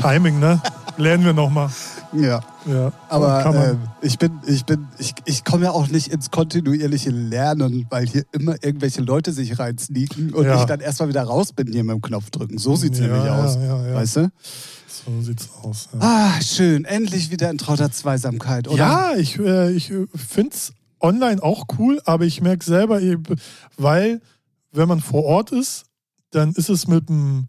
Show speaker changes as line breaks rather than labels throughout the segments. Timing, ne? Lernen wir nochmal.
Ja.
Ja. Oh,
Aber
Kann man.
äh, ich bin, ich bin, ich, ich komme ja auch nicht ins kontinuierliche Lernen, weil hier immer irgendwelche Leute sich reinsneaken und
Ja.
ich dann erstmal wieder raus bin hier mit dem Knopf drücken. So sieht's
Ja,
nämlich
ja,
aus.
ja, ja.
Weißt du?
So sieht's aus. Ja,
Ah, schön. Endlich wieder in trauter Zweisamkeit, oder?
ja ich, äh, ich finde es online auch cool, aber ich merke selber, eben, weil wenn man vor Ort ist, dann ist es mit dem,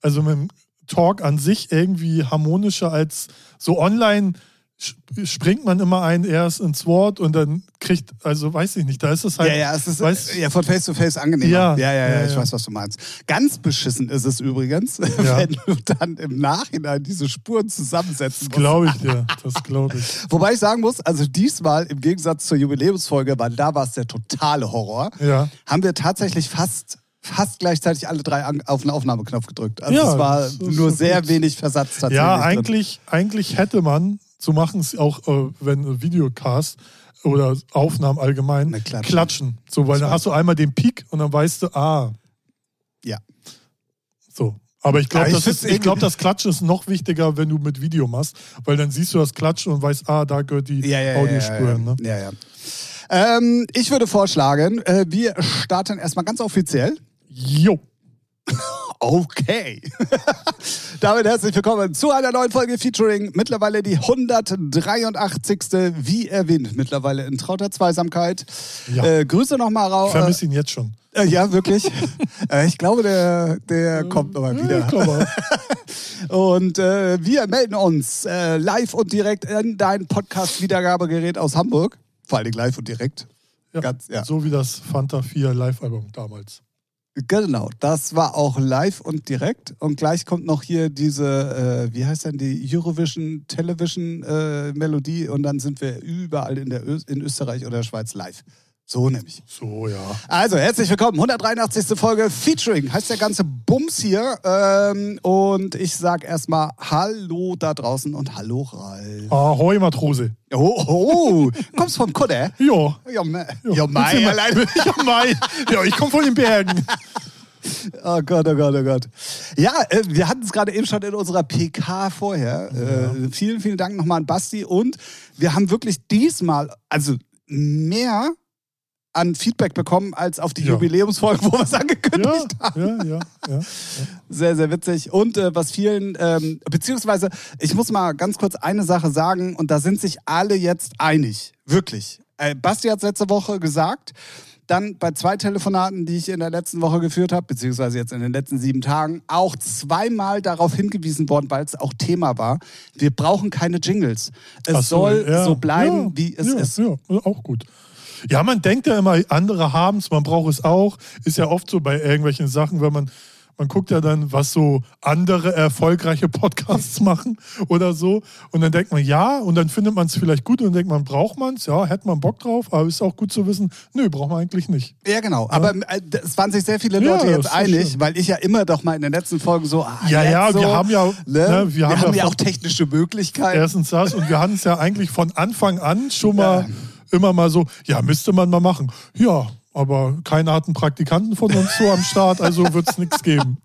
also mit dem Talk an sich irgendwie harmonischer als so online sp- springt man immer ein erst ins Wort und dann kriegt, also weiß ich nicht, da ist es halt.
Ja, ja, es ist
weißt-
ja, von Face to Face angenehmer.
Ja.
Ja, ja, ja,
Ja,
ich
ja.
weiß, was du meinst. Ganz beschissen ist es übrigens, wenn du dann im Nachhinein diese Spuren zusammensetzen
Das
musst.
glaube ich dir, das glaube ich.
Wobei ich sagen muss, also diesmal im Gegensatz zur Jubiläumsfolge, weil da war es der totale Horror,
Ja.
haben wir tatsächlich fast fast gleichzeitig alle drei an, auf den Aufnahmeknopf gedrückt. Also
Ja,
es war
das ist so
nur sehr
gut.
wenig Versatz tatsächlich.
Ja,
drin.
eigentlich, eigentlich hätte man, so machen es auch, äh, wenn Videocast oder Aufnahmen allgemein,
Na, klatschen.
klatschen. So, weil dann hast du einmal den Peak und dann weißt du, ah.
Ja.
So. Aber ich glaube,
Aber ich
das,
find's
ist- ich glaub, das Klatschen ist noch wichtiger, wenn du mit Video machst, weil dann siehst du das Klatschen und weißt, ah, da gehört die
ja, ja, ja,
Audiospur hin. Ne?
Ja, ja. ja, ja. Ähm, ich würde vorschlagen, äh, wir starten erstmal ganz offiziell.
Jo.
Okay. Damit herzlich willkommen zu einer neuen Folge featuring mittlerweile die 183. Wie erwähnt, mittlerweile in trauter Zweisamkeit.
Ja.
Äh, Grüße nochmal raus.
Vermiss ihn jetzt schon.
Äh, ja, wirklich. äh, ich glaube, der, der kommt nochmal wieder.
Mhm. Ja, komm mal.
Und äh, wir melden uns äh, live und direkt in dein Podcast-Wiedergabegerät aus Hamburg. Vor allem live und direkt.
Ja.
Ganz, ja.
So wie das Fanta 4 Live-Album damals.
Genau, das war auch live und direkt. Und gleich kommt noch hier diese, äh, wie heißt denn die Eurovision Television äh, Melodie und dann sind wir überall in, der Ö in Österreich oder Schweiz live. So nämlich.
So, ja.
Also, herzlich willkommen. 183. Folge Featuring. Heißt der ganze Bums hier. Ähm, und ich sag erstmal Hallo da draußen und Hallo Ralf.
Ah, Ahoi, Matrose.
Oh, oh. kommst vom Kudde?
Ja.
Ja, me-
Ja,
ja, mei,
erzähl mal.
allein.
Ja, Mai. Ja, ich komme von den Bergen.
Oh Gott, oh Gott, oh Gott. Ja, äh, wir hatten es gerade eben schon in unserer PK vorher. Äh, vielen, vielen Dank nochmal an Basti. Und wir haben wirklich diesmal, also mehr an Feedback bekommen als auf die
Ja.
Jubiläumsfolge, wo wir es angekündigt
Ja,
haben.
ja, ja, ja.
Sehr, sehr witzig. Und äh, was vielen, ähm, beziehungsweise, ich muss mal ganz kurz eine Sache sagen, und da sind sich alle jetzt einig. Wirklich. Äh, Basti hat letzte Woche gesagt, dann bei zwei Telefonaten, die ich in der letzten Woche geführt habe, beziehungsweise jetzt in den letzten sieben Tagen, auch zweimal darauf hingewiesen worden, weil es auch Thema war. Wir brauchen keine Jingles. Es
Ach
soll
ja,
so bleiben,
ja,
wie es
ja,
ist.
Ja, auch gut. Ja, man denkt ja immer, andere haben es, man braucht es auch. Ist ja oft so bei irgendwelchen Sachen, wenn man, man guckt ja dann, was so andere erfolgreiche Podcasts machen oder so. Und dann denkt man, ja, und dann findet man es vielleicht gut und denkt man, braucht man es? Ja, hätte man Bock drauf, aber ist auch gut zu wissen, nö, braucht man eigentlich nicht.
Ja, genau. Aber äh, es waren sich sehr viele Leute
Ja,
jetzt
das ist
einig,
schön.
weil ich ja immer doch mal in den letzten Folgen so. Ah,
Ja,
jetzt
ja,
so,
wir haben ja- ne,
wir, haben, ja
vor-
auch technische Möglichkeiten.
Erstens das und wir hatten es ja eigentlich von Anfang an schon mal immer mal so, ja, müsste man mal machen. Ja, aber keiner hat einen Praktikanten von uns so am Start, also wird es nichts geben.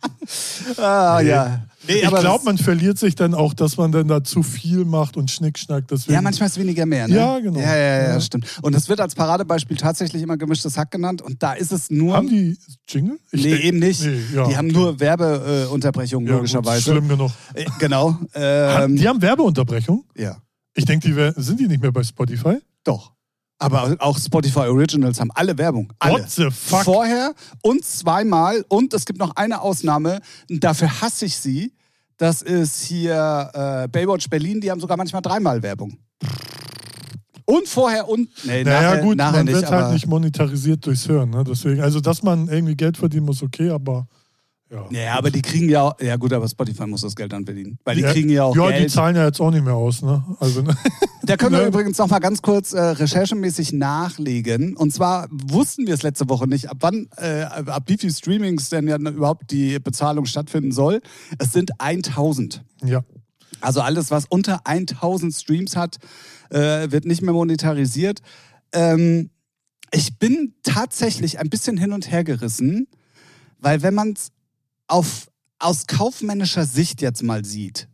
ah, ja. Nee,
ich
aber
glaube,
das-
man verliert sich dann auch, dass man dann da zu viel macht und Schnickschnack. Deswegen,
Ja, manchmal ist weniger mehr. Ne?
Ja, genau.
Ja, ja, ja,
Ja.
stimmt. Und das wird als Paradebeispiel tatsächlich immer gemischtes Hack genannt. Und da ist es nur.
haben die Jingle? Ich
nee,
denk-
eben nicht.
Nee, ja.
Die haben nur Werbeunterbrechungen, äh, Unterbrechungen,
ja,
logischerweise.
Gut, schlimm genug.
Äh, genau. Ähm,
die haben Werbeunterbrechung.
ja,
Ich denke, die wär- sind die nicht mehr bei Spotify.
doch. Aber auch Spotify Originals haben alle Werbung. Alle.
What the fuck?
Vorher und zweimal. Und es gibt noch eine Ausnahme. und Dafür hasse ich sie. Das ist hier äh, Baywatch Berlin. Die haben sogar manchmal dreimal Werbung. Und vorher und. Nee,
Naja,
nachher,
gut,
nachher
man
nicht,
wird halt
aber-
nicht monetarisiert durchs Hören. Ne? Deswegen, also, dass man irgendwie Geld verdienen muss, okay, aber. Ja,
Ja, aber die kriegen ja. Ja, gut, aber Spotify muss das Geld dann verdienen. Weil die
Ja,
kriegen ja auch
Ja, die
Geld.
zahlen ja jetzt auch nicht mehr aus. Ne? Also, ne?
Da können wir
Ne?
übrigens noch mal ganz kurz äh, recherchemäßig nachlegen. Und zwar wussten wir es letzte Woche nicht, ab wann, äh, ab wie viel Streamings denn ja überhaupt die Bezahlung stattfinden soll. Es sind 1000.
ja.
Also alles, was unter 1000 Streams hat, äh, wird nicht mehr monetarisiert. Ähm, ich bin tatsächlich ein bisschen hin und her gerissen, weil wenn man es aus kaufmännischer Sicht jetzt mal sieht,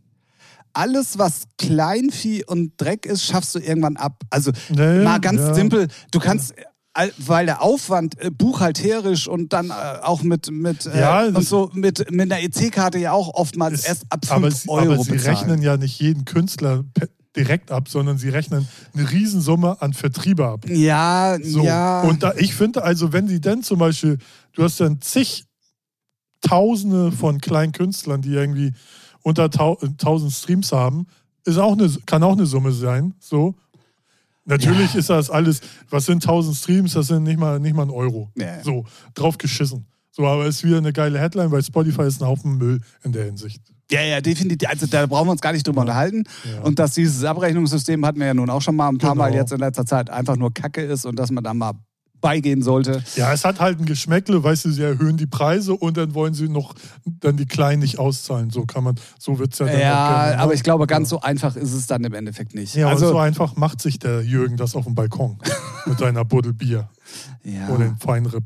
alles, was Kleinvieh und Dreck ist, schaffst du irgendwann ab. Also
Nee,
mal ganz
ja.
simpel, du kannst, all- weil der Aufwand äh, buchhalterisch und dann äh, auch mit, mit, äh,
Ja,
und
das-
so mit, mit einer EC-Karte ja auch oftmals
Ist-
erst ab 5
aber sie,
Euro
aber sie
bezahlen.
rechnen ja nicht jeden Künstler pe- direkt ab, sondern sie rechnen eine Riesensumme an Vertriebe ab.
ja,
So.
ja.
Und da, ich finde, also wenn sie dann zum Beispiel, du hast dann zig Tausende von kleinen Künstlern, die irgendwie unter tau, äh, tausend Streams haben, ist auch eine, kann auch eine Summe sein. So. Natürlich ist das alles, was sind tausend Streams, das sind nicht mal, nicht mal ein Euro.
Ja.
So, drauf geschissen. So, aber ist wieder eine geile Headline, weil Spotify ist ein Haufen Müll in der Hinsicht.
Ja, ja, definitiv. Also da brauchen wir uns gar nicht drüber unterhalten.
Ja.
Und dass dieses Abrechnungssystem hatten wir ja nun auch schon mal ein paar
Genau.
Mal jetzt in letzter Zeit einfach nur Kacke ist und dass man da mal beigehen sollte.
Ja, es hat halt ein Geschmäckle, weißt du, sie erhöhen die Preise und dann wollen sie noch dann die Kleinen nicht auszahlen. So kann man, so wird es ja dann auch
Ja,
gerne, ne?
aber ich glaube, ganz so einfach ist es dann im Endeffekt nicht.
Ja, also,
also,
so einfach macht sich der Jürgen das auf dem Balkon mit seiner Buddel Bier oder
ja.
dem Feinripp.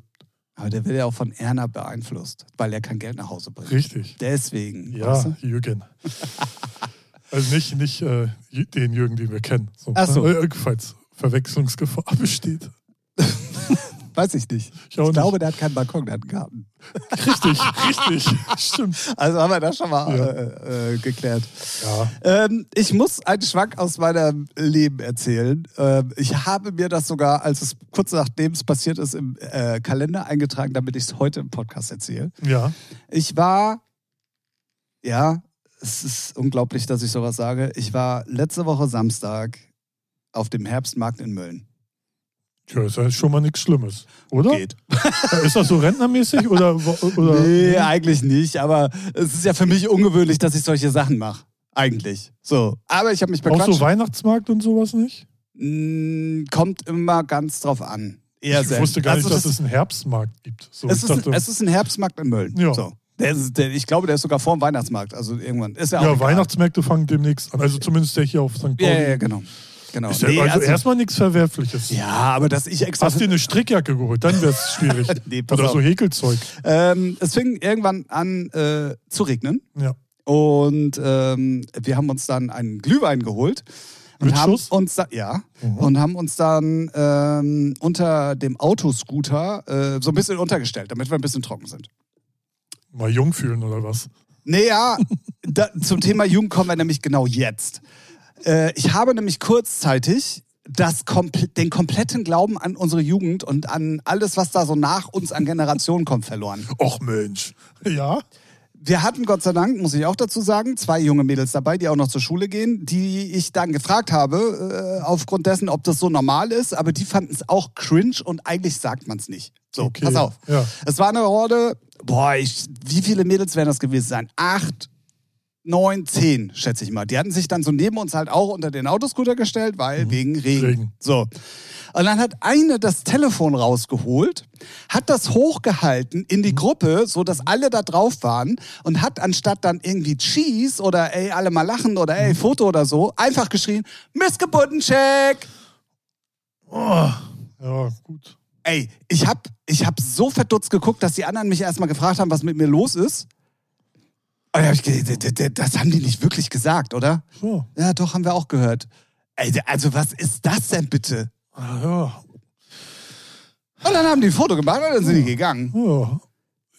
Aber der wird ja auch von Erna beeinflusst, weil er kein Geld nach Hause bringt.
Richtig.
Deswegen.
Ja,
weißt du?
Jürgen. also nicht, nicht äh, Jü- den Jürgen, den wir kennen. So,
Ach so.
Äh, falls Verwechslungsgefahr besteht.
Weiß ich nicht.
Ich
Ich,
auch nicht.
glaube, der hat keinen Balkon, der hat einen Garten.
Richtig, richtig. Stimmt.
Also haben wir das schon mal
Ja.
äh, äh, geklärt.
Ja.
Ähm, ich muss einen Schwank aus meinem Leben erzählen. Ähm, ich habe mir das sogar, als es kurz nachdem es passiert ist, im äh, Kalender eingetragen, damit ich es heute im Podcast erzähle.
Ja.
Ich war, ja, es ist unglaublich, dass ich sowas sage. Ich war letzte Woche Samstag auf dem Herbstmarkt in Mölln.
Ja, ist ja schon mal nichts Schlimmes, oder? Äh,
Geht.
Ist das so rentnermäßig oder? oder hm?
Nee, eigentlich nicht, aber es ist ja für mich ungewöhnlich, dass ich solche Sachen mache. Eigentlich. So. Aber ich habe mich
Auch
bequatscht.
so Weihnachtsmarkt und sowas nicht?
Mm, Kommt immer ganz drauf an. Eher
ich
selten.
wusste gar
Also
nicht, dass
das-
es einen Herbstmarkt gibt. So,
es
ich
ist, ein,
dachte,
es ist ein Herbstmarkt in Mölln.
Ja.
So. Der ist, der, ich glaube, der ist sogar vor dem Weihnachtsmarkt. Also irgendwann. Ist ja, auch
ja,
egal.
Weihnachtsmärkte fangen demnächst an. Also zumindest der hier auf St. Pauli.
Ja, ja, ja, genau. genau.
Ist ja
Nee,
also,
also-
erstmal nichts Verwerfliches.
ja, aber dass ich extra.
Hast dir eine Strickjacke geholt, dann wäre es schwierig.
Nee, pass
Oder
auf.
so Häkelzeug.
ähm, es fing irgendwann an äh, zu regnen.
Ja.
Und ähm, wir haben uns dann einen Glühwein geholt. Und
Mit
haben
Schuss? Mhm.
uns da, ja, und haben uns dann ähm, unter dem Autoscooter äh, so ein bisschen untergestellt, damit wir ein bisschen trocken sind.
Mal jung fühlen oder was?
Naja, da, zum Thema Jugend kommen wir nämlich genau jetzt. Äh, ich habe nämlich kurzzeitig das, komple- den kompletten Glauben an unsere Jugend und an alles, was da so nach uns an Generationen kommt, verloren.
Och Mensch. Ja.
Wir hatten Gott sei Dank, muss ich auch dazu sagen, zwei junge Mädels dabei, die auch noch zur Schule gehen, die ich dann gefragt habe, äh, aufgrund dessen, ob das so normal ist, aber die fanden es auch cringe und eigentlich sagt man es nicht. So,
Okay,
pass auf.
ja.
Es war eine Horde, boah, ich, wie viele Mädels werden das gewesen sein? Acht, neun, zehn, schätze ich mal. Die hatten sich dann so neben uns halt auch unter den Autoscooter gestellt, weil wegen Regen.
Regen.
So. Und dann hat eine das Telefon rausgeholt, hat das hochgehalten in die Gruppe, so dass alle da drauf waren und hat anstatt dann irgendwie Cheese oder ey, alle mal lachen oder ey, Foto oder so, einfach geschrien, Missgeburtencheck!
Oh. Ja, gut.
Ey, ich hab, ich hab so verdutzt geguckt, dass die anderen mich erstmal gefragt haben, was mit mir los ist. Und da hab ich ge- d- d- d- das haben die nicht wirklich gesagt, oder?
So.
Ja, doch, haben wir auch gehört. Ey, also was ist das denn bitte?
Ah, Ja.
Und dann haben die ein Foto gemacht und dann sind die gegangen.
ja.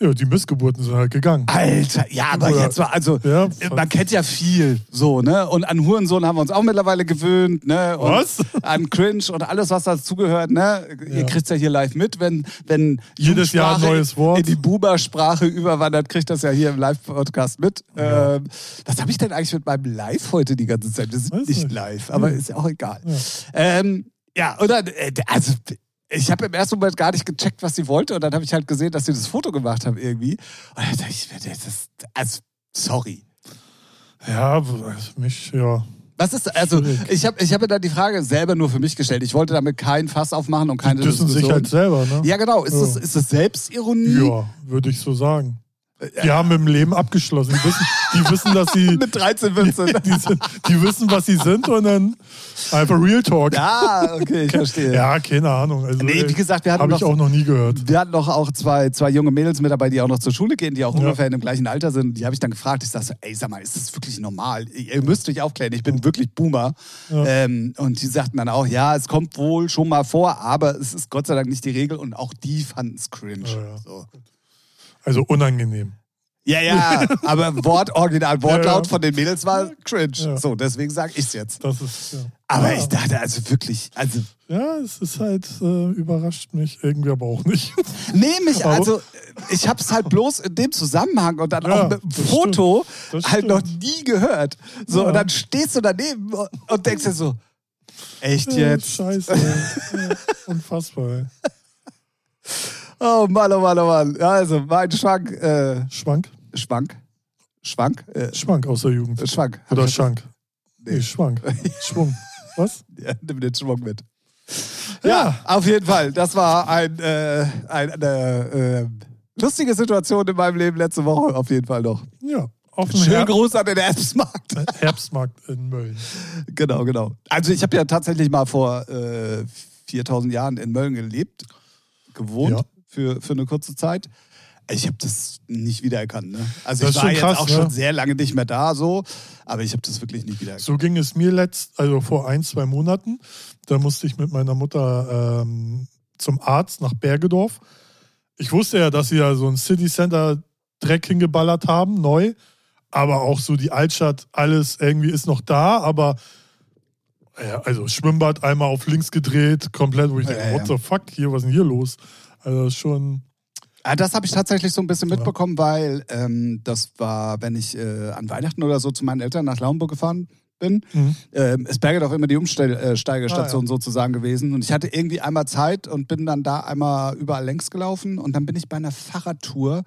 Ja, die Missgeburten sind halt gegangen.
Alter, ja, aber
Oder-
jetzt war, also,
Ja,
man kennt ja viel, so, ne? Und an Hurensohn haben wir uns auch mittlerweile gewöhnt, ne? Und
Was?
An Cringe und alles, was dazugehört, ne?
Ja.
Ihr kriegt's ja hier live mit, wenn, wenn
Jedes Jahr ein
Jugendsprache
neues Wort.
in die Bubersprache überwandert, kriegt das ja hier im Live-Podcast mit.
Ja.
Ähm, was habe ich denn eigentlich mit meinem Live heute die ganze Zeit? Wir sind
Weiß
nicht
nicht.
live, aber
Ja.
ist ja auch egal.
Ja.
Ja, ähm, ja und dann, äh, also ich habe im ersten Moment gar nicht gecheckt, was sie wollte, und dann habe ich halt gesehen, dass sie das Foto gemacht haben irgendwie. Und dann dachte ich, das ist, also, sorry.
Ja, weiß mich, ja.
Was ist, also
Schwierig.
ich habe ich hab mir dann die Frage selber nur für mich gestellt. Ich wollte damit kein Fass aufmachen und keine
Die düssen sich
Diskussion.
halt selber, ne?
ja, genau. Ist
Ja.
es ist es Selbstironie?
Ja, würde ich so sagen.
Äh,
Die haben mit dem Leben abgeschlossen. Die wissen, die wissen dass sie.
Mit 13, 14.
Die, sind, die wissen, was sie sind und dann einfach Real Talk.
ja, Ah, okay, ich verstehe.
Ja, keine Ahnung. Also,
Nee, wie gesagt, wir hatten
Habe ich
noch-
auch noch nie gehört.
Wir hatten doch auch zwei, zwei junge Mädels mit dabei, die auch noch zur Schule gehen, die auch
Ja.
ungefähr in dem gleichen Alter sind. Die habe ich dann gefragt. Ich sag so, ey, sag mal, ist das wirklich normal? Ihr müsst euch aufklären, ich bin wirklich Boomer.
Ja.
Ähm, und die sagten dann auch, ja, es kommt wohl schon mal vor, aber es ist Gott sei Dank nicht die Regel. Und auch die fanden es cringe.
Ja, ja.
So.
Also unangenehm.
ja, ja, aber Wort, Original, Wortlaut
Ja, ja.
von den Mädels war cringe.
Ja.
So, deswegen sage ich es jetzt.
Das ist. Ja.
Aber
ja.
ich dachte, also wirklich, also,
Ja, es ist halt, äh, überrascht mich irgendwie aber auch nicht.
nee, mich,
Aber-
also, ich habe es halt bloß in dem Zusammenhang und dann
Ja,
auch mit dem
das
Foto
stimmt. Das
halt noch
stimmt.
nie gehört. So,
Ja.
und dann stehst du daneben und, und denkst dir so, Äh, echt
Ja,
jetzt?
Äh, Scheiße. ja, unfassbar. ey.
Oh Mann, oh Mann, oh Mann. Ja, Also, mein Schwank, äh,
Schwank?
Schwank, Schwank, äh,
Schwank aus der Jugend.
Schwank. Hab
Oder
ich-
Schank.
Nee.
Nee, Schwank. Schwung. Was?
Ja, nimm den Schwung mit. Ja,
Ja.
auf jeden Fall. Das war ein, äh, ein, eine äh, lustige Situation in meinem Leben letzte Woche, auf jeden Fall noch.
Ja. Auf dem
Schönen
Her
Gruß an den Erbsmarkt.
Herbstmarkt in Mölln.
genau, genau. Also ich habe ja tatsächlich mal vor äh, 4000 Jahren in Mölln gelebt, gewohnt
Ja.
für, für eine kurze Zeit. Ich habe das nicht wiedererkannt. Ne? Also
Das ist
ich war
schon
jetzt
krass,
auch
ne?
schon sehr lange nicht mehr da, so, aber ich habe das wirklich nicht wiedererkannt.
So ging es mir letzt, also vor ein, zwei Monaten. Da musste ich mit meiner Mutter ähm, zum Arzt nach Bergedorf. Ich wusste ja, dass sie da so ein City Center Dreck hingeballert haben, neu. Aber auch so die Altstadt, alles irgendwie ist noch da, aber ja, also Schwimmbad einmal auf links gedreht, komplett, wo ich
Ja,
denke,
ja.
what the fuck, hier, was ist denn hier los? Also schon,
Ah, das habe ich tatsächlich so ein bisschen
Ja.
mitbekommen, weil ähm, das war, wenn ich äh, an Weihnachten oder so zu meinen Eltern nach Lauenburg gefahren bin,
Mhm.
ähm, ist Berge doch immer die Umsteigerstation
Ah, ja.
sozusagen gewesen. Und ich hatte irgendwie einmal Zeit und bin dann da einmal überall längs gelaufen und dann bin ich bei einer Fahrradtour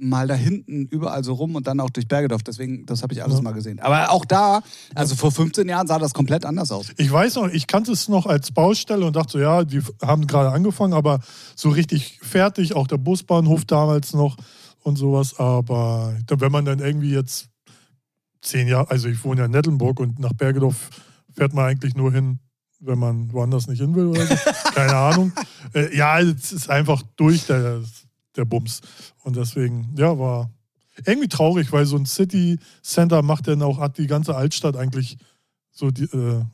mal da hinten überall so rum und dann auch durch Bergedorf. Deswegen, das habe ich alles
Ja.
mal gesehen. Aber auch da, also vor 15 Jahren sah das komplett anders aus.
ich weiß noch, ich kannte es noch als Baustelle und dachte so, ja, die haben gerade angefangen, aber so richtig fertig, auch der Busbahnhof damals noch und sowas. Aber wenn man dann irgendwie jetzt zehn Jahre, also ich wohne ja in Nettelnburg und nach Bergedorf fährt man eigentlich nur hin, wenn man woanders nicht hin will oder so. Keine Ahnung. Äh, ja, es ist einfach durch der, der Bums. Und deswegen, ja, war irgendwie traurig, weil so ein City Center macht dann auch, hat die ganze Altstadt eigentlich so die, äh, in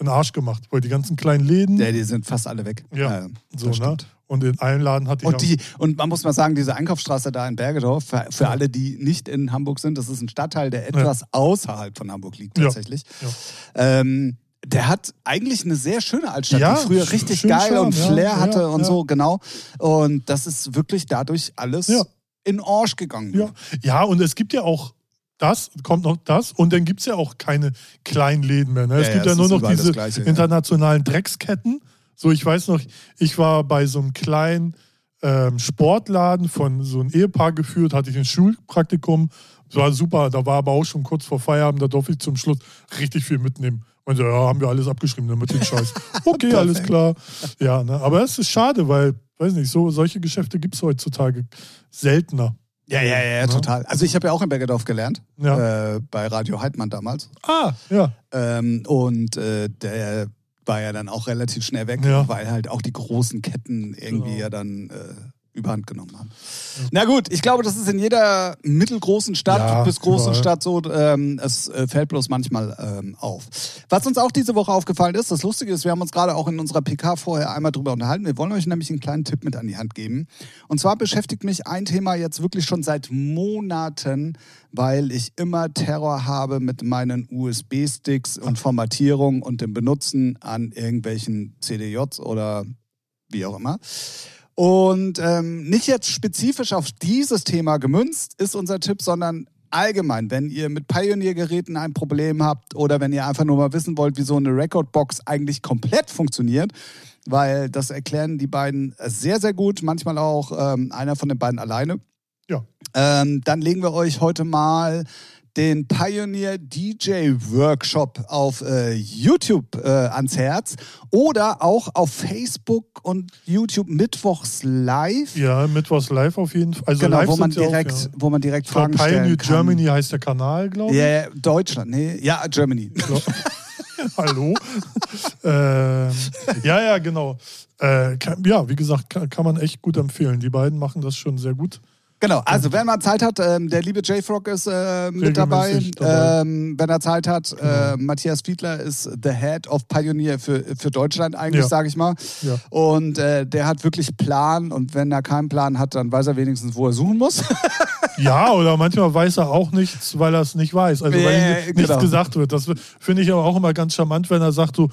den Arsch gemacht, weil die ganzen kleinen Läden
Ja, die sind fast alle weg.
Mhm.
Ähm,
Ja,
das
so, ne?
stimmt.
und in einem Laden hatte ich
Und,
am-
die, und man muss mal sagen, diese Einkaufsstraße da in Bergedorf, für, für alle, die nicht in Hamburg sind, das ist ein Stadtteil, der etwas außerhalb von Hamburg liegt
Ja.
tatsächlich.
Ja.
Ähm, der hat eigentlich eine sehr schöne Altstadt,
Ja,
die früher
sch-
richtig
schön
geil
Charme,
und
ja,
Flair
ja,
hatte und
ja.
so, genau. Und das ist wirklich dadurch alles
Ja.
in Orsch gegangen.
Ja. ja, und es gibt ja auch das, kommt noch das, und dann gibt es ja auch keine kleinen Läden mehr. Ne? es
Ja,
gibt ja,
ja, es
nur
ist
noch
überall das
diese
Gleiche, ja.
internationalen Drecksketten. So, ich weiß noch, ich war bei so einem kleinen ähm, Sportladen von so einem Ehepaar geführt, hatte ich ein Schulpraktikum. Das war super, da war aber auch schon kurz vor Feierabend, da durfte ich zum Schluss richtig viel mitnehmen. Und so, ja, haben wir alles abgeschrieben, damit den Scheiß. Okay, alles klar. Ja, ne? aber es ist schade, weil, weiß nicht, so solche Geschäfte gibt es heutzutage seltener.
ja, ja, ja, ja, total. Also ich habe ja auch in Bergedorf gelernt,
Ja.
äh, bei Radio Heidmann damals.
Ah, ja.
Ähm, und äh, der war ja dann auch relativ schnell weg,
Ja.
weil halt auch die großen Ketten irgendwie
Genau.
ja dann äh, überhand genommen haben. Na gut, ich glaube, das ist in jeder mittelgroßen Stadt
Ja,
bis großen
überall.
Stadt so. Ähm, es äh, fällt bloß manchmal ähm, auf. Was uns auch diese Woche aufgefallen ist, das Lustige ist, wir haben uns gerade auch in unserer PK vorher einmal drüber unterhalten. Wir wollen euch nämlich einen kleinen Tipp mit an die Hand geben. Und zwar beschäftigt mich ein Thema jetzt wirklich schon seit Monaten, weil ich immer Terror habe mit meinen USB-Sticks und Formatierung und dem Benutzen an irgendwelchen CDJs oder wie auch immer. Und ähm, nicht jetzt spezifisch auf dieses Thema gemünzt ist unser Tipp, sondern allgemein, wenn ihr mit Pioneer-Geräten ein Problem habt oder wenn ihr einfach nur mal wissen wollt, wie so eine Recordbox eigentlich komplett funktioniert, weil das erklären die beiden sehr, sehr gut, manchmal auch ähm, einer von den beiden alleine.
Ja.
Ähm, dann legen wir euch heute mal den Pioneer DJ Workshop auf äh, YouTube äh, ans Herz oder auch auf Facebook und YouTube mittwochs live.
Ja, Mittwochs live auf jeden Fall. Also
Genau,
live
wo man,
sind sie
direkt,
Auch, ja.
wo man direkt
Ich glaub,
Fragen
Pioneer
stellen kann.
Germany heißt der Kanal, glaube ich.
Ja, ja, Deutschland, nee. Ja, Germany.
Hallo. ähm, ja, ja, genau. Äh, kann, ja, wie gesagt, kann, kann man echt gut empfehlen. Die beiden machen das schon sehr gut.
Genau, also wenn man Zeit hat, ähm, der liebe JFrog ist äh, mit dabei.
Regelmäßig dabei. Genau.
Ähm, wenn er Zeit hat, äh, Matthias Fiedler ist the Head of Pioneer für, für Deutschland eigentlich,
Ja.
sage ich mal.
Ja.
Und äh, der hat wirklich Plan und wenn er keinen Plan hat, dann weiß er wenigstens, wo er suchen muss.
Ja, oder manchmal weiß er auch nichts, weil er es nicht weiß. Also weil
Ja,
ihm
genau.
nichts gesagt wird. Das finde ich aber auch immer ganz charmant, wenn er sagt so,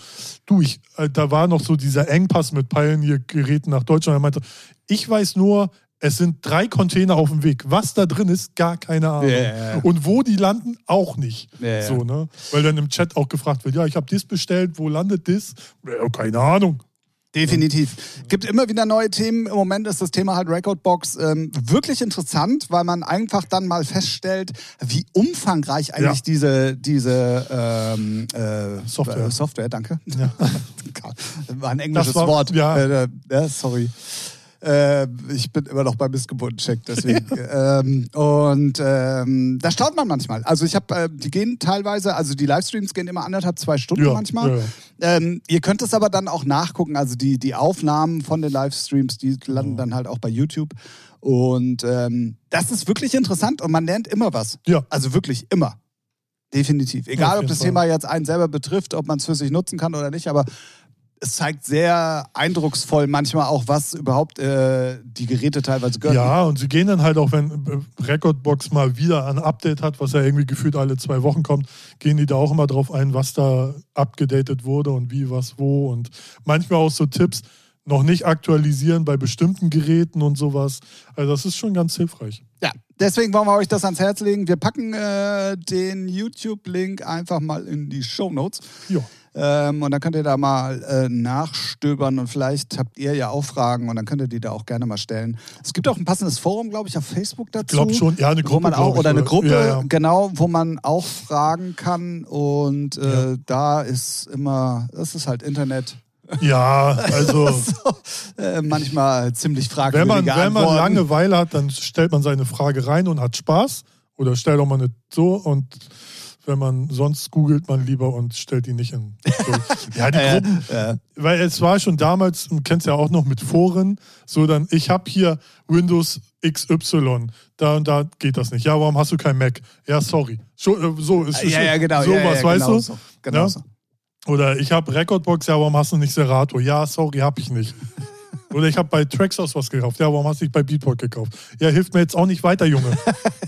du, ich, äh, da war noch so dieser Engpass mit Pioneer-Geräten nach Deutschland. Er meinte, ich weiß nur, es sind drei Container auf dem Weg. Was da drin ist, gar keine Ahnung.
Ja, ja, ja.
Und wo die landen, auch nicht.
Ja, ja.
So, ne? Weil dann im Chat auch gefragt wird, ja, ich habe das bestellt, wo landet das? Ja, keine Ahnung.
Definitiv. Gibt immer wieder neue Themen. Im Moment ist das Thema halt Recordbox ähm, wirklich interessant, weil man einfach dann mal feststellt, wie umfangreich eigentlich
Ja.
diese, diese ähm, äh,
Software.
äh, Software, danke.
Ja.
War ein englisches
Das war-
Wort.
ja.
Äh, äh, ja, sorry. Äh, ich bin immer noch beim Missgeburtencheck, deswegen. ähm, und ähm, da staunt man manchmal. Also ich habe, äh, die gehen teilweise, also die Livestreams gehen immer anderthalb, zwei Stunden
Ja,
manchmal.
ja, ja.
Ähm, ihr könnt es aber dann auch nachgucken. Also die, die Aufnahmen von den Livestreams, die landen dann halt auch bei YouTube. Und ähm, das ist wirklich interessant und man lernt immer was.
Ja.
Also wirklich immer. Definitiv.
Ja,
Egal,
auf
ob
jeden
das
Fall.
Thema jetzt einen selber betrifft, ob man es für sich nutzen kann oder nicht, aber es zeigt sehr eindrucksvoll manchmal auch, was überhaupt äh, die Geräte teilweise können.
Ja, und sie gehen dann halt auch, wenn äh, Recordbox mal wieder ein Update hat, was ja irgendwie gefühlt alle zwei Wochen kommt, gehen die da auch immer drauf ein, was da abgedatet wurde und wie, was, wo. Und manchmal auch so Tipps, noch nicht aktualisieren bei bestimmten Geräten und sowas. Also das ist schon ganz hilfreich.
Ja, deswegen wollen wir euch das ans Herz legen. Wir packen äh, den YouTube-Link einfach mal in die Show Notes.
Ja.
Ähm, und dann könnt ihr da mal äh, nachstöbern und vielleicht habt ihr ja auch Fragen und dann könnt ihr die da auch gerne mal stellen. Es gibt auch ein passendes Forum, glaube ich, auf Facebook dazu.
Glaub schon, ja, eine
Wo
Gruppe,
man auch,
glaub ich,
oder eine
oder-
Gruppe,
ja, ja.
genau, wo man auch fragen kann. Und äh, da ist immer, das ist halt Internet.
Ja, also
äh, manchmal ziemlich
wenn
fragwürdige
man, wenn man
Antworten.
Langeweile hat, dann stellt man seine Frage rein und hat Spaß. Oder stellt auch mal eine so und wenn man sonst googelt man lieber und stellt die nicht in. So. Ja, die
Äh,
Gruppen,
äh,
Weil es war schon damals, du kennst ja auch noch mit Foren, so dann, ich habe hier Windows XY, da und da geht das nicht. Ja, warum hast du kein Mac? Ja, sorry. So, äh, so ist
ja, ja, genau.
so
ja, ja,
was,
ja,
weißt
genau
du?
So, genau
Ja?
so.
Oder ich habe Recordbox, ja, warum hast du nicht Serato? Ja, sorry, habe ich nicht. Oder ich habe bei Traxos was gekauft. Ja, warum hast du nicht bei Beatport gekauft? Ja, hilft mir jetzt auch nicht weiter, Junge.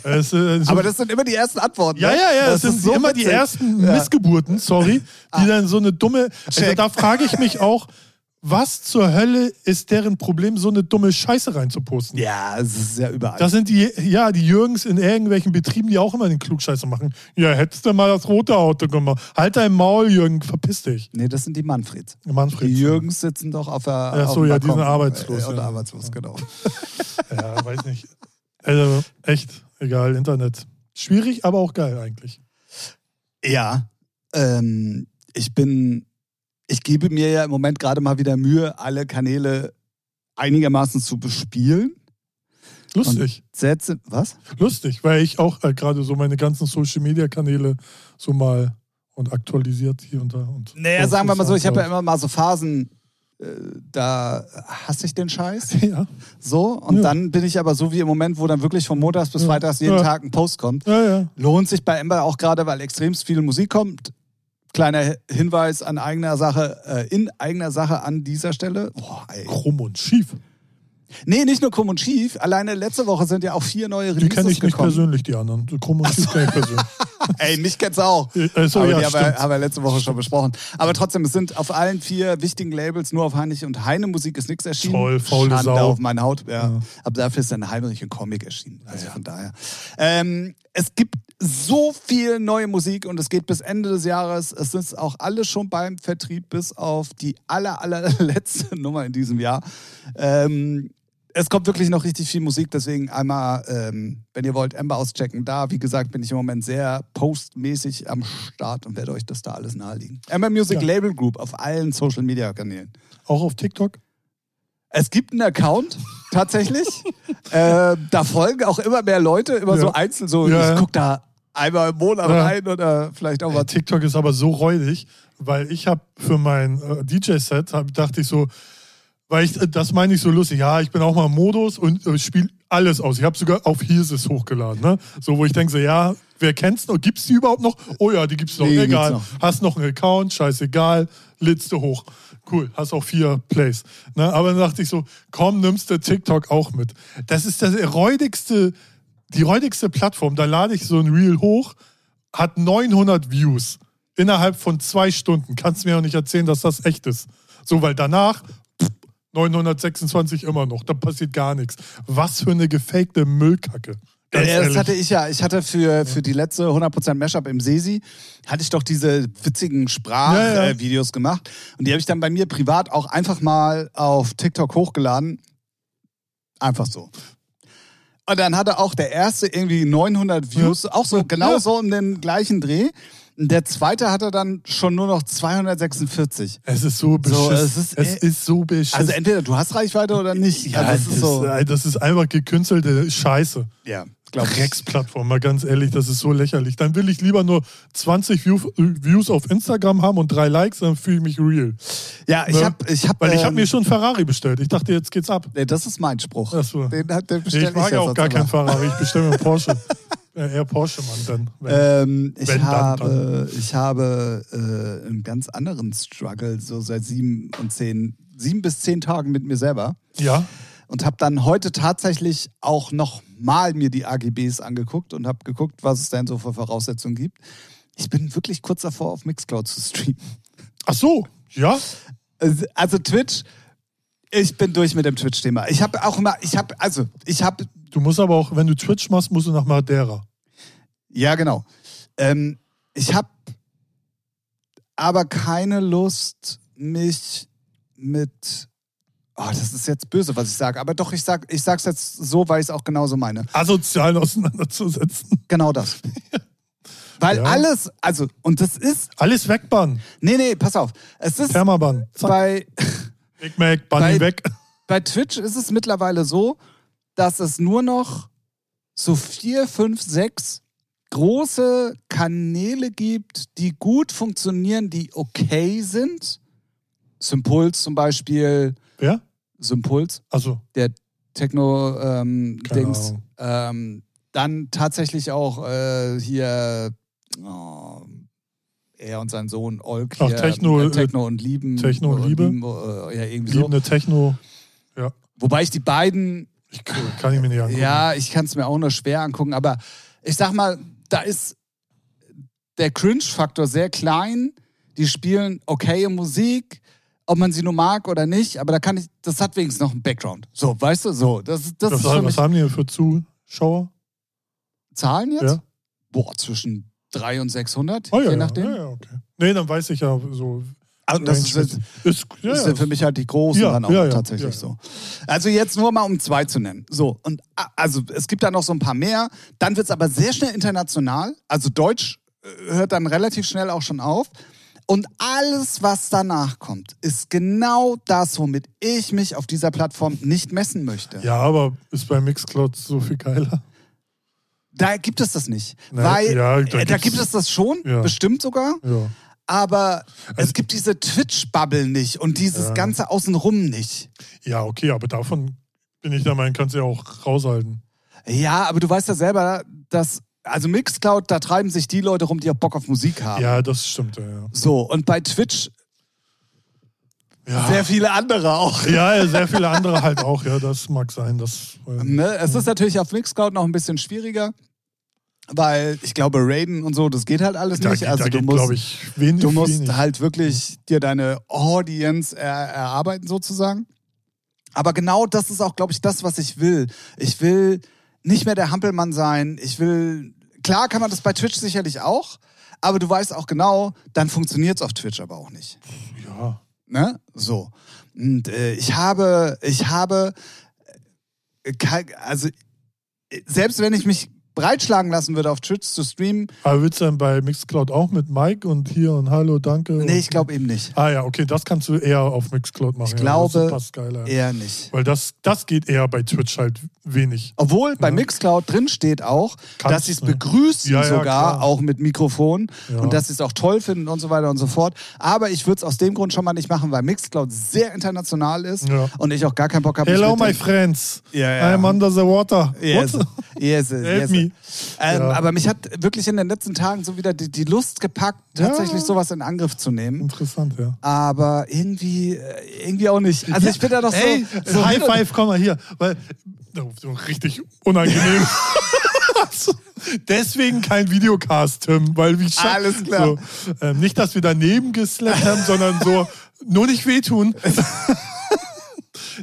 es, äh, so,
Aber das sind immer die ersten Antworten.
ja,
ne?
ja, ja, das,
ist
sind
so
immer die
witzig.
ersten
Ja. Ah.
Missgeburten, sorry, die dann so eine dumme. Also
Check.
da frage ich mich auch, was zur Hölle ist deren Problem, so eine dumme Scheiße reinzuposten?
Ja, es ist ja überall.
Das sind die, ja, die Jürgens in irgendwelchen Betrieben, die auch immer den Klugscheißer machen. Ja, hättest du mal das rote Auto gemacht. Halt dein Maul, Jürgen, verpiss dich.
nee, das sind die Manfreds.
Manfred.
Die Jürgens sitzen doch auf der.
Ach
auf
so,
dem
ja, die
Balkon.
sind arbeitslos,
Äh, Oder
ja.
arbeitslos, genau.
Ja, weiß nicht. Also, echt, egal, Internet. Schwierig, aber auch geil eigentlich.
Ja, ähm, ich bin. Ich gebe mir ja im Moment gerade mal wieder Mühe, alle Kanäle einigermaßen zu bespielen.
Lustig.
Setze. Was?
Lustig, weil ich auch äh, gerade so meine ganzen Social-Media-Kanäle so mal und aktualisiert hier und da. Und
Naja,
und
sagen wir mal so, ich habe ja
Soundcloud.
immer mal so Phasen, äh, da hasse ich den Scheiß.
Ja,
So. Und
Ja.
dann bin ich aber so wie im Moment, wo dann wirklich von montags bis freitags jeden
Ja.
Tag ein Post kommt.
ja, ja.
Lohnt sich bei Ember auch gerade, weil extremst viel Musik kommt. Kleiner Hi- Hinweis an eigener Sache, äh, in eigener Sache an dieser Stelle. Boah, ey.
Krumm und schief.
Nee, nicht nur krumm und schief. Alleine letzte Woche sind ja auch vier neue
Die
Releases
kenne ich nicht
gekommen.
persönlich, die anderen. So Krumm und schief kenne ich persönlich.
Ey, mich kennt's auch.
Äh, äh, so,
aber
ja,
die haben wir,
stimmt.
haben wir letzte Woche schon besprochen. Aber trotzdem, es sind auf allen vier wichtigen Labels nur auf Heinrich und Heine Musik ist nichts erschienen.
Toll, faule
Schande
Sau.
auf meine Haut. Ja.
Ja.
Aber dafür ist dann Heinrich ein Comic erschienen. Also von daher. Ähm, es gibt so viel neue Musik und es geht bis Ende des Jahres. Es ist auch alles schon beim Vertrieb, bis auf die aller, allerletzte Nummer in diesem Jahr. Ähm, es kommt wirklich noch richtig viel Musik, deswegen einmal, ähm, wenn ihr wollt, Amber auschecken. Da, wie gesagt, bin ich im Moment sehr postmäßig am Start und werde euch das da alles nahelegen. Amber Music
Ja.
Label Group auf allen Social Media Kanälen.
Auch auf TikTok.
Es gibt einen Account, tatsächlich. äh, da folgen auch immer mehr Leute, immer
Ja.
so einzeln, so
Ja.
ich gucke da einmal im Monat
Ja.
rein oder vielleicht auch mal
Aber TikTok ist aber so räudig, weil ich habe für mein äh, DJ-Set, hab, dachte ich so, weil ich, äh, das meine ich so lustig, ja, ich bin auch mal im Modus und äh, spiele alles aus. Ich habe sogar auf Hearses hochgeladen, ne? So, wo ich denke so, ja, wer kennt's noch? Gibt's die überhaupt noch? Oh ja, die gibt's noch,
Nee, gibt's
egal.
noch.
Hast noch einen Account, scheißegal, lädst du hoch. Cool, hast auch vier Plays. Ne? Aber dann dachte ich so, komm, nimmst du TikTok auch mit. Das ist das räudigste, die räudigste Plattform. Da lade ich so ein Reel hoch, hat 900 Views innerhalb von zwei Stunden. Kannst mir auch nicht erzählen, dass das echt ist. So, weil danach pff, 926 immer noch. Da passiert gar nichts. Was für eine gefakte Müllkacke. Ganz
Ja, das
ehrlich.
hatte ich ja. Ich hatte für, für die letzte 100% Mashup im Sesi, hatte ich doch diese witzigen Sprachvideos
Ja, ja.
äh, Videos gemacht. Und die habe ich dann bei mir privat auch einfach mal auf TikTok hochgeladen. Einfach so. Und dann hatte auch der erste irgendwie 900 Views, auch so genau
Ja.
so um den gleichen Dreh. Und der zweite hatte dann schon nur noch 246.
es ist so beschissen.
es
es,
ist-
ist, so beschissen.
Also entweder du hast Reichweite oder nicht.
ja,
also das ist so.
äh, das ist einfach gekünstelte Scheiße.
Ja, glaub ich.
Drecksplattform, mal ganz ehrlich, das ist so lächerlich. Dann will ich lieber nur 20 View, Views auf Instagram haben und drei Likes, dann fühle ich mich real.
Ja, ich
Ne?
habe ich hab,
Weil ich habe
ähm,
mir schon Ferrari bestellt. Ich dachte, jetzt geht's ab.
Nee, das ist mein Spruch.
Ach so.
Den, hat- den
Nee,
bestell
ich mag
ja
ja auch
sonst
gar
immer.
keinen Ferrari, ich bestelle mir einen Porsche. Äh, eher Porsche-Mann dann. wenn-
Ähm, ich,
Wenn, dann,
habe, ich habe äh, einen ganz anderen Struggle, so seit sieben und zehn, sieben bis zehn Tagen mit mir selber.
ja,
Und habe dann heute tatsächlich auch nochmal mir die AGBs angeguckt und habe geguckt, was es denn so für Voraussetzungen gibt. Ich bin wirklich kurz davor, auf Mixcloud zu streamen.
ach so, ja.
Also- Also Twitch, ich bin durch mit dem Twitch-Thema. Ich habe auch immer, ich habe, also ich habe
Du musst aber auch, wenn du Twitch machst, musst du nach Madeira.
Ja, genau. Ähm, ich habe aber keine Lust, mich mit. Oh, das ist jetzt böse, was ich sage. Aber doch, ich, sag, ich sag's jetzt so, weil ich es auch genauso meine.
Asozial auseinanderzusetzen.
Genau das. Weil
Ja.
alles, also, und das ist.
Alles wegbannen.
Nee, nee, pass auf. Es ist
Permaban. Zack.
bei,
Big Mac, Bunny
Bei-
weg.
bei Twitch ist es mittlerweile so, dass es nur noch so vier, fünf, sechs große Kanäle gibt, die gut funktionieren, die okay sind. Sympuls zum Beispiel,
Ja?
Sympuls,
Also, Keine
Techno-Dings.
Ahnung.
ähm, dann tatsächlich auch äh, hier oh, er und sein Sohn Olk.
Ach,
hier,
Techno,
äh,
äh,
Techno und Lieben.
Techno und Liebe.
Lieben, äh, ja, irgendwie so.
liebende Techno.
Wobei ich die beiden
Ich, kann ich mir nicht angucken.
Ja, ich kann es mir auch nur schwer angucken, aber ich sag mal, da ist der Cringe-Faktor sehr klein. Die spielen okaye Musik, ob man sie nur mag oder nicht, aber da kann ich, das hat wenigstens noch einen Background. So, weißt du, so, das, das,
was,
ist für
was
mich
haben die denn für Zuschauer?
Zahlen jetzt?
Ja.
Boah, zwischen 300 und 600,
Oh, ja,
je
ja,
nachdem.
Ja, ja, okay. Nee, dann weiß ich ja so.
Also das ist,
Range- ist, ja,
das
ja,
sind für mich halt die großen
Ja,
dann auch
ja, ja,
tatsächlich
ja,
so. Also jetzt nur mal um zwei zu nennen. So, und a- also es gibt da noch so ein paar mehr. Dann wird es aber sehr schnell international. Also Deutsch äh, hört dann relativ schnell auch schon auf. Und alles, was danach kommt, ist genau das, womit ich mich auf dieser Plattform nicht messen möchte.
ja, aber ist bei Mixcloud so viel geiler.
Da gibt es das nicht.
Na,
weil
ja, da
äh, da
gibt's-
gibt es das schon,
Ja.
bestimmt sogar.
Ja.
Aber es gibt diese Twitch-Bubble nicht und dieses
Ja.
ganze Außenrum nicht.
Ja, okay, aber davon bin ich der Meinung, kannst du ja auch raushalten.
Ja, aber du weißt ja selber, dass, also Mixcloud, da treiben sich die Leute rum, die auch Bock auf Musik haben.
Ja, das stimmt, ja. ja.
So, und bei Twitch
Ja,
sehr viele andere auch.
ja, ja, sehr viele andere halt auch, ja, das mag sein. Das, äh,
Ne? Es ist natürlich auf Mixcloud noch ein bisschen schwieriger, weil ich glaube, Raiden und so, das geht halt alles
da
nicht.
geht,
also
da
du
geht
musst,
glaube ich, wenig.
du musst
wenig.
halt wirklich dir deine Audience er, erarbeiten sozusagen. Aber genau das ist auch, glaube ich, das, was ich will. Ich will nicht mehr der Hampelmann sein. Ich will, klar kann man das bei Twitch sicherlich auch, aber du weißt auch genau, dann funktioniert es auf Twitch aber auch nicht.
Ja.
Ne? So. Und äh, ich habe, ich habe äh, kein- also äh, selbst wenn ich mich breitschlagen lassen würde, auf Twitch zu streamen,
Aber willst du dann bei Mixcloud auch mit Mike und hier und Hallo, danke?
nee,
und,
ich glaube eben nicht.
Ah ja, okay, das kannst du eher auf Mixcloud machen.
Ich
ja,
glaube,
Das passt geiler.
Eher nicht.
Weil das, das geht eher bei Twitch halt wenig.
Obwohl bei
Ja.
Mixcloud drin steht auch,
Kannst,
dass sie es
ne?
begrüßen
Ja, ja,
sogar,
klar.
auch mit Mikrofon
Ja.
und dass sie es auch toll finden und so weiter und so fort. Aber ich würde es aus dem Grund schon mal nicht machen, weil Mixcloud sehr international ist
Ja.
und ich auch gar keinen Bock habe. mich
Hello,
mit
my
den-
friends.
Ja, ja.
I'm under the water.
Yes.
What?
Yes,
Help
yes.
me.
Ähm,
Ja.
Aber mich hat wirklich in den letzten Tagen so wieder die, die Lust gepackt, tatsächlich
Ja.
sowas in Angriff zu nehmen.
Interessant, ja.
Aber irgendwie, äh, irgendwie auch nicht. Also ich bin da doch so.
Ey,
so
High
hin und-
Five, komm mal hier. Weil, oh, so richtig unangenehm. Also, Deswegen kein Videocast, Tim, weil wie scha-
Alles klar.
So, ähm, nicht, dass wir daneben geslappt haben, sondern so nur nicht wehtun.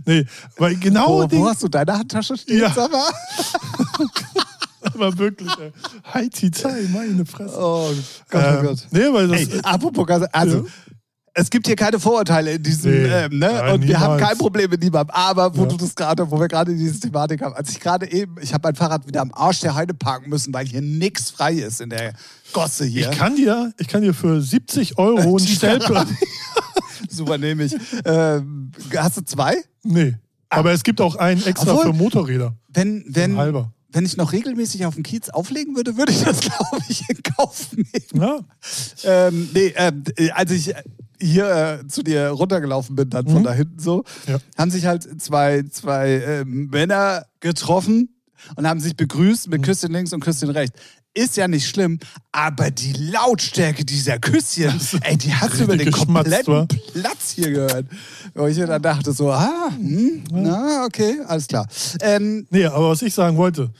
nee, weil genau
Oh, Wo,
den,
wo hast du deine Handtasche stehen,
Ja.
sag mal?
aber wirklich. Ey. Hi, Titai, meine Fresse.
Oh Gott, oh
Ähm,
Gott.
Nee, weil das,
Ey, apropos, Gas- also,
Ja.
es gibt hier keine Vorurteile in diesem,
Nee,
ähm, ne?
nein,
und wir haben
niemals.
kein Problem mit niemandem. Aber wo
Ja.
du das gerade, wo wir gerade diese Thematik haben, als ich gerade eben, ich habe mein Fahrrad wieder am Arsch der Heide parken müssen, weil hier nichts frei ist in der Gosse hier.
ich kann dir, ich kann dir für 70 Euro einen
Die
Stellplatz.
Super, nehme ich. Ähm, hast du zwei?
Nee. Aber es gibt auch einen extra
Obwohl-
für Motorräder.
Wenn, wenn,
Ein halber.
wenn ich noch regelmäßig auf dem Kiez auflegen würde, würde ich das, glaube ich, in Kauf nehmen.
Ja.
Ähm, nee, ähm, äh, als ich äh, hier äh, zu dir runtergelaufen bin, dann von da hinten so,
Mhm. Ja.
haben sich halt zwei, zwei ähm, Männer getroffen und haben sich begrüßt
Mhm.
mit Küsschen links und Küsschen rechts. Ist ja nicht schlimm, aber die Lautstärke dieser Küsschen, ey, die hast du über den
richtig geschmatzt,
kompletten
wa?
Platz hier gehört. Wo ich mir dann dachte so, ah, hm, na, okay, alles klar. Ähm,
Nee, aber was ich sagen wollte,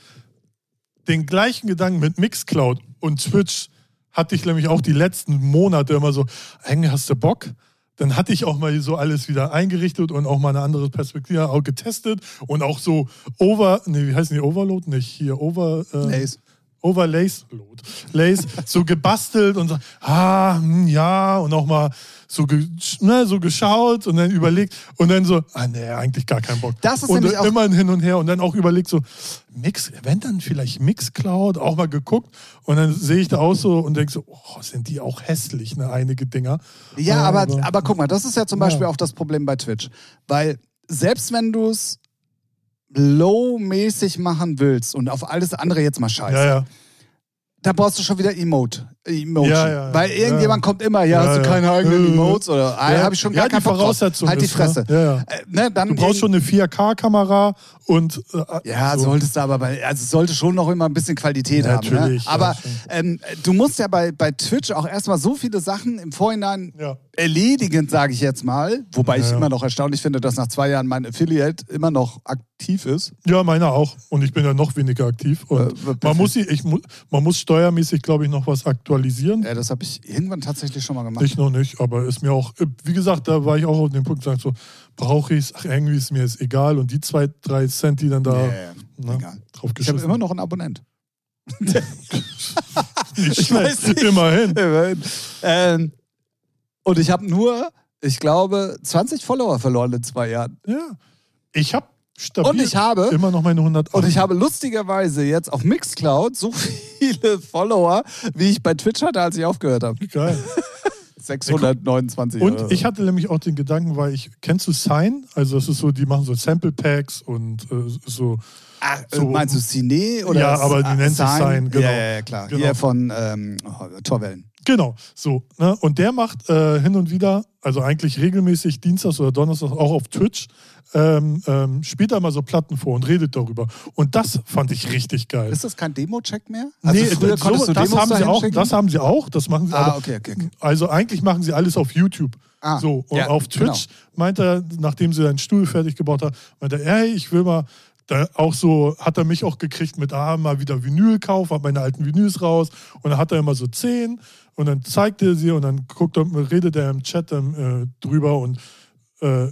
den gleichen Gedanken mit Mixcloud und Twitch hatte ich nämlich auch die letzten Monate immer so, eigentlich hast du Bock? Dann hatte ich auch mal so alles wieder eingerichtet und auch mal eine andere Perspektive auch getestet und auch so Over, nee, wie heißen die Overload? Nicht hier, Over. Äh,
Lays.
Overlays, Load, Lays, so gebastelt und so, ah, hm, ja, und auch mal so, ge, ne, so geschaut und dann überlegt und dann so, ah, nee, eigentlich gar keinen Bock.
Das ist
und
nämlich auch-
immer ein hin und her und dann auch überlegt so, Mix, wenn dann vielleicht Mixcloud, auch mal geguckt und dann sehe ich da auch so und denke so, oh, sind die auch hässlich, ne, einige Dinger.
Ja, aber, aber guck mal, das ist ja zum
Ja.
Beispiel auch das Problem bei Twitch. Weil selbst wenn du es low-mäßig machen willst und auf alles andere jetzt mal scheiß,
Ja, ja.
da brauchst du schon wieder Emote. Emoji.
Ja, ja, ja.
Weil irgendjemand
Ja.
kommt immer, ja,
Ja,
hast du
ja.
keine eigenen
Äh,
Emotes oder ah,
Ja,
habe ich schon
ja,
gar
die
keinen Bock drauf.
Voraussetzung
Halt die
ist, ne?
Fresse.
Ja, ja.
Äh, ne, dann
Du brauchst schon eine 4K-Kamera und. Äh,
ja,
so.
solltest du aber bei, also es sollte schon noch immer ein bisschen Qualität
Ja,
haben. Ne?
natürlich, ja,
Aber
schon.
ähm, du musst ja bei, bei Twitch auch erstmal so viele Sachen im Vorhinein
Ja.
erledigend, sage ich jetzt mal. Wobei ich
Ja, ja.
immer noch erstaunlich finde, dass nach zwei Jahren mein Affiliate immer noch aktiv ist.
Ja, meiner auch. Und ich bin ja noch weniger aktiv. Und
Äh, perfekt. Äh,
man, muss, sie- ich, mu- man muss steuermäßig, glaube ich, noch was aktualisieren.
Ja, das habe ich irgendwann tatsächlich schon mal gemacht.
Ich noch nicht, aber ist mir auch, äh, wie gesagt, da war ich auch auf dem Punkt, gesagt so, brauche ich es, ach, irgendwie ist mir es egal. Und die zwei, drei Cent, die dann da
Nee,
ne,
egal.
drauf
ich habe
geschissen
immer noch einen Abonnent.
Nicht
ich
schlecht,
weiß nicht.
Immerhin.
Immerhin. Ähm, und ich habe nur, ich glaube, 20 Follower verloren in zwei Jahren.
Ja. Ich habe stabil
Und ich habe-
immer noch meine 100
Und ich habe lustigerweise jetzt auf Mixcloud so viele Follower, wie ich bei Twitch hatte, als ich aufgehört habe.
Geil.
629.
Und ich hatte nämlich auch den Gedanken, weil ich, kennst du Sign? Also das ist so, die machen so Sample Packs und äh, so
Ach, äh,
so-
meinst du Cine oder
Ja, aber die
S-
nennt sich Sign, genau.
Ja, ja, ja, klar.
Genau.
Hier von ähm, oh, Torwellen.
Genau, so. Ne? Und der macht äh, hin und wieder, also eigentlich regelmäßig Dienstags oder Donnerstags auch auf Twitch, ähm, ähm, spielt da mal so Platten vor und redet darüber. Und das fand ich richtig geil.
Ist das kein Demo-Check mehr? Also
Nee, so- das, haben
da
sie auch,
hinschicken?
das haben sie auch, das machen sie
Ah,
aber-
okay, okay, okay.
Also eigentlich machen sie alles auf YouTube.
Ah,
so, und
ja,
auf Twitch meint er, nachdem sie seinen Stuhl fertig gebaut hat, meint er, hey, ich will mal, da auch so, hat er mich auch gekriegt mit, ah, mal wieder Vinyl kaufen, hab meine alten Vinyls raus und dann hat er immer so zehn und dann ähm, zeigt er sie und dann guckt er, redet er im Chat dann, äh, drüber und äh,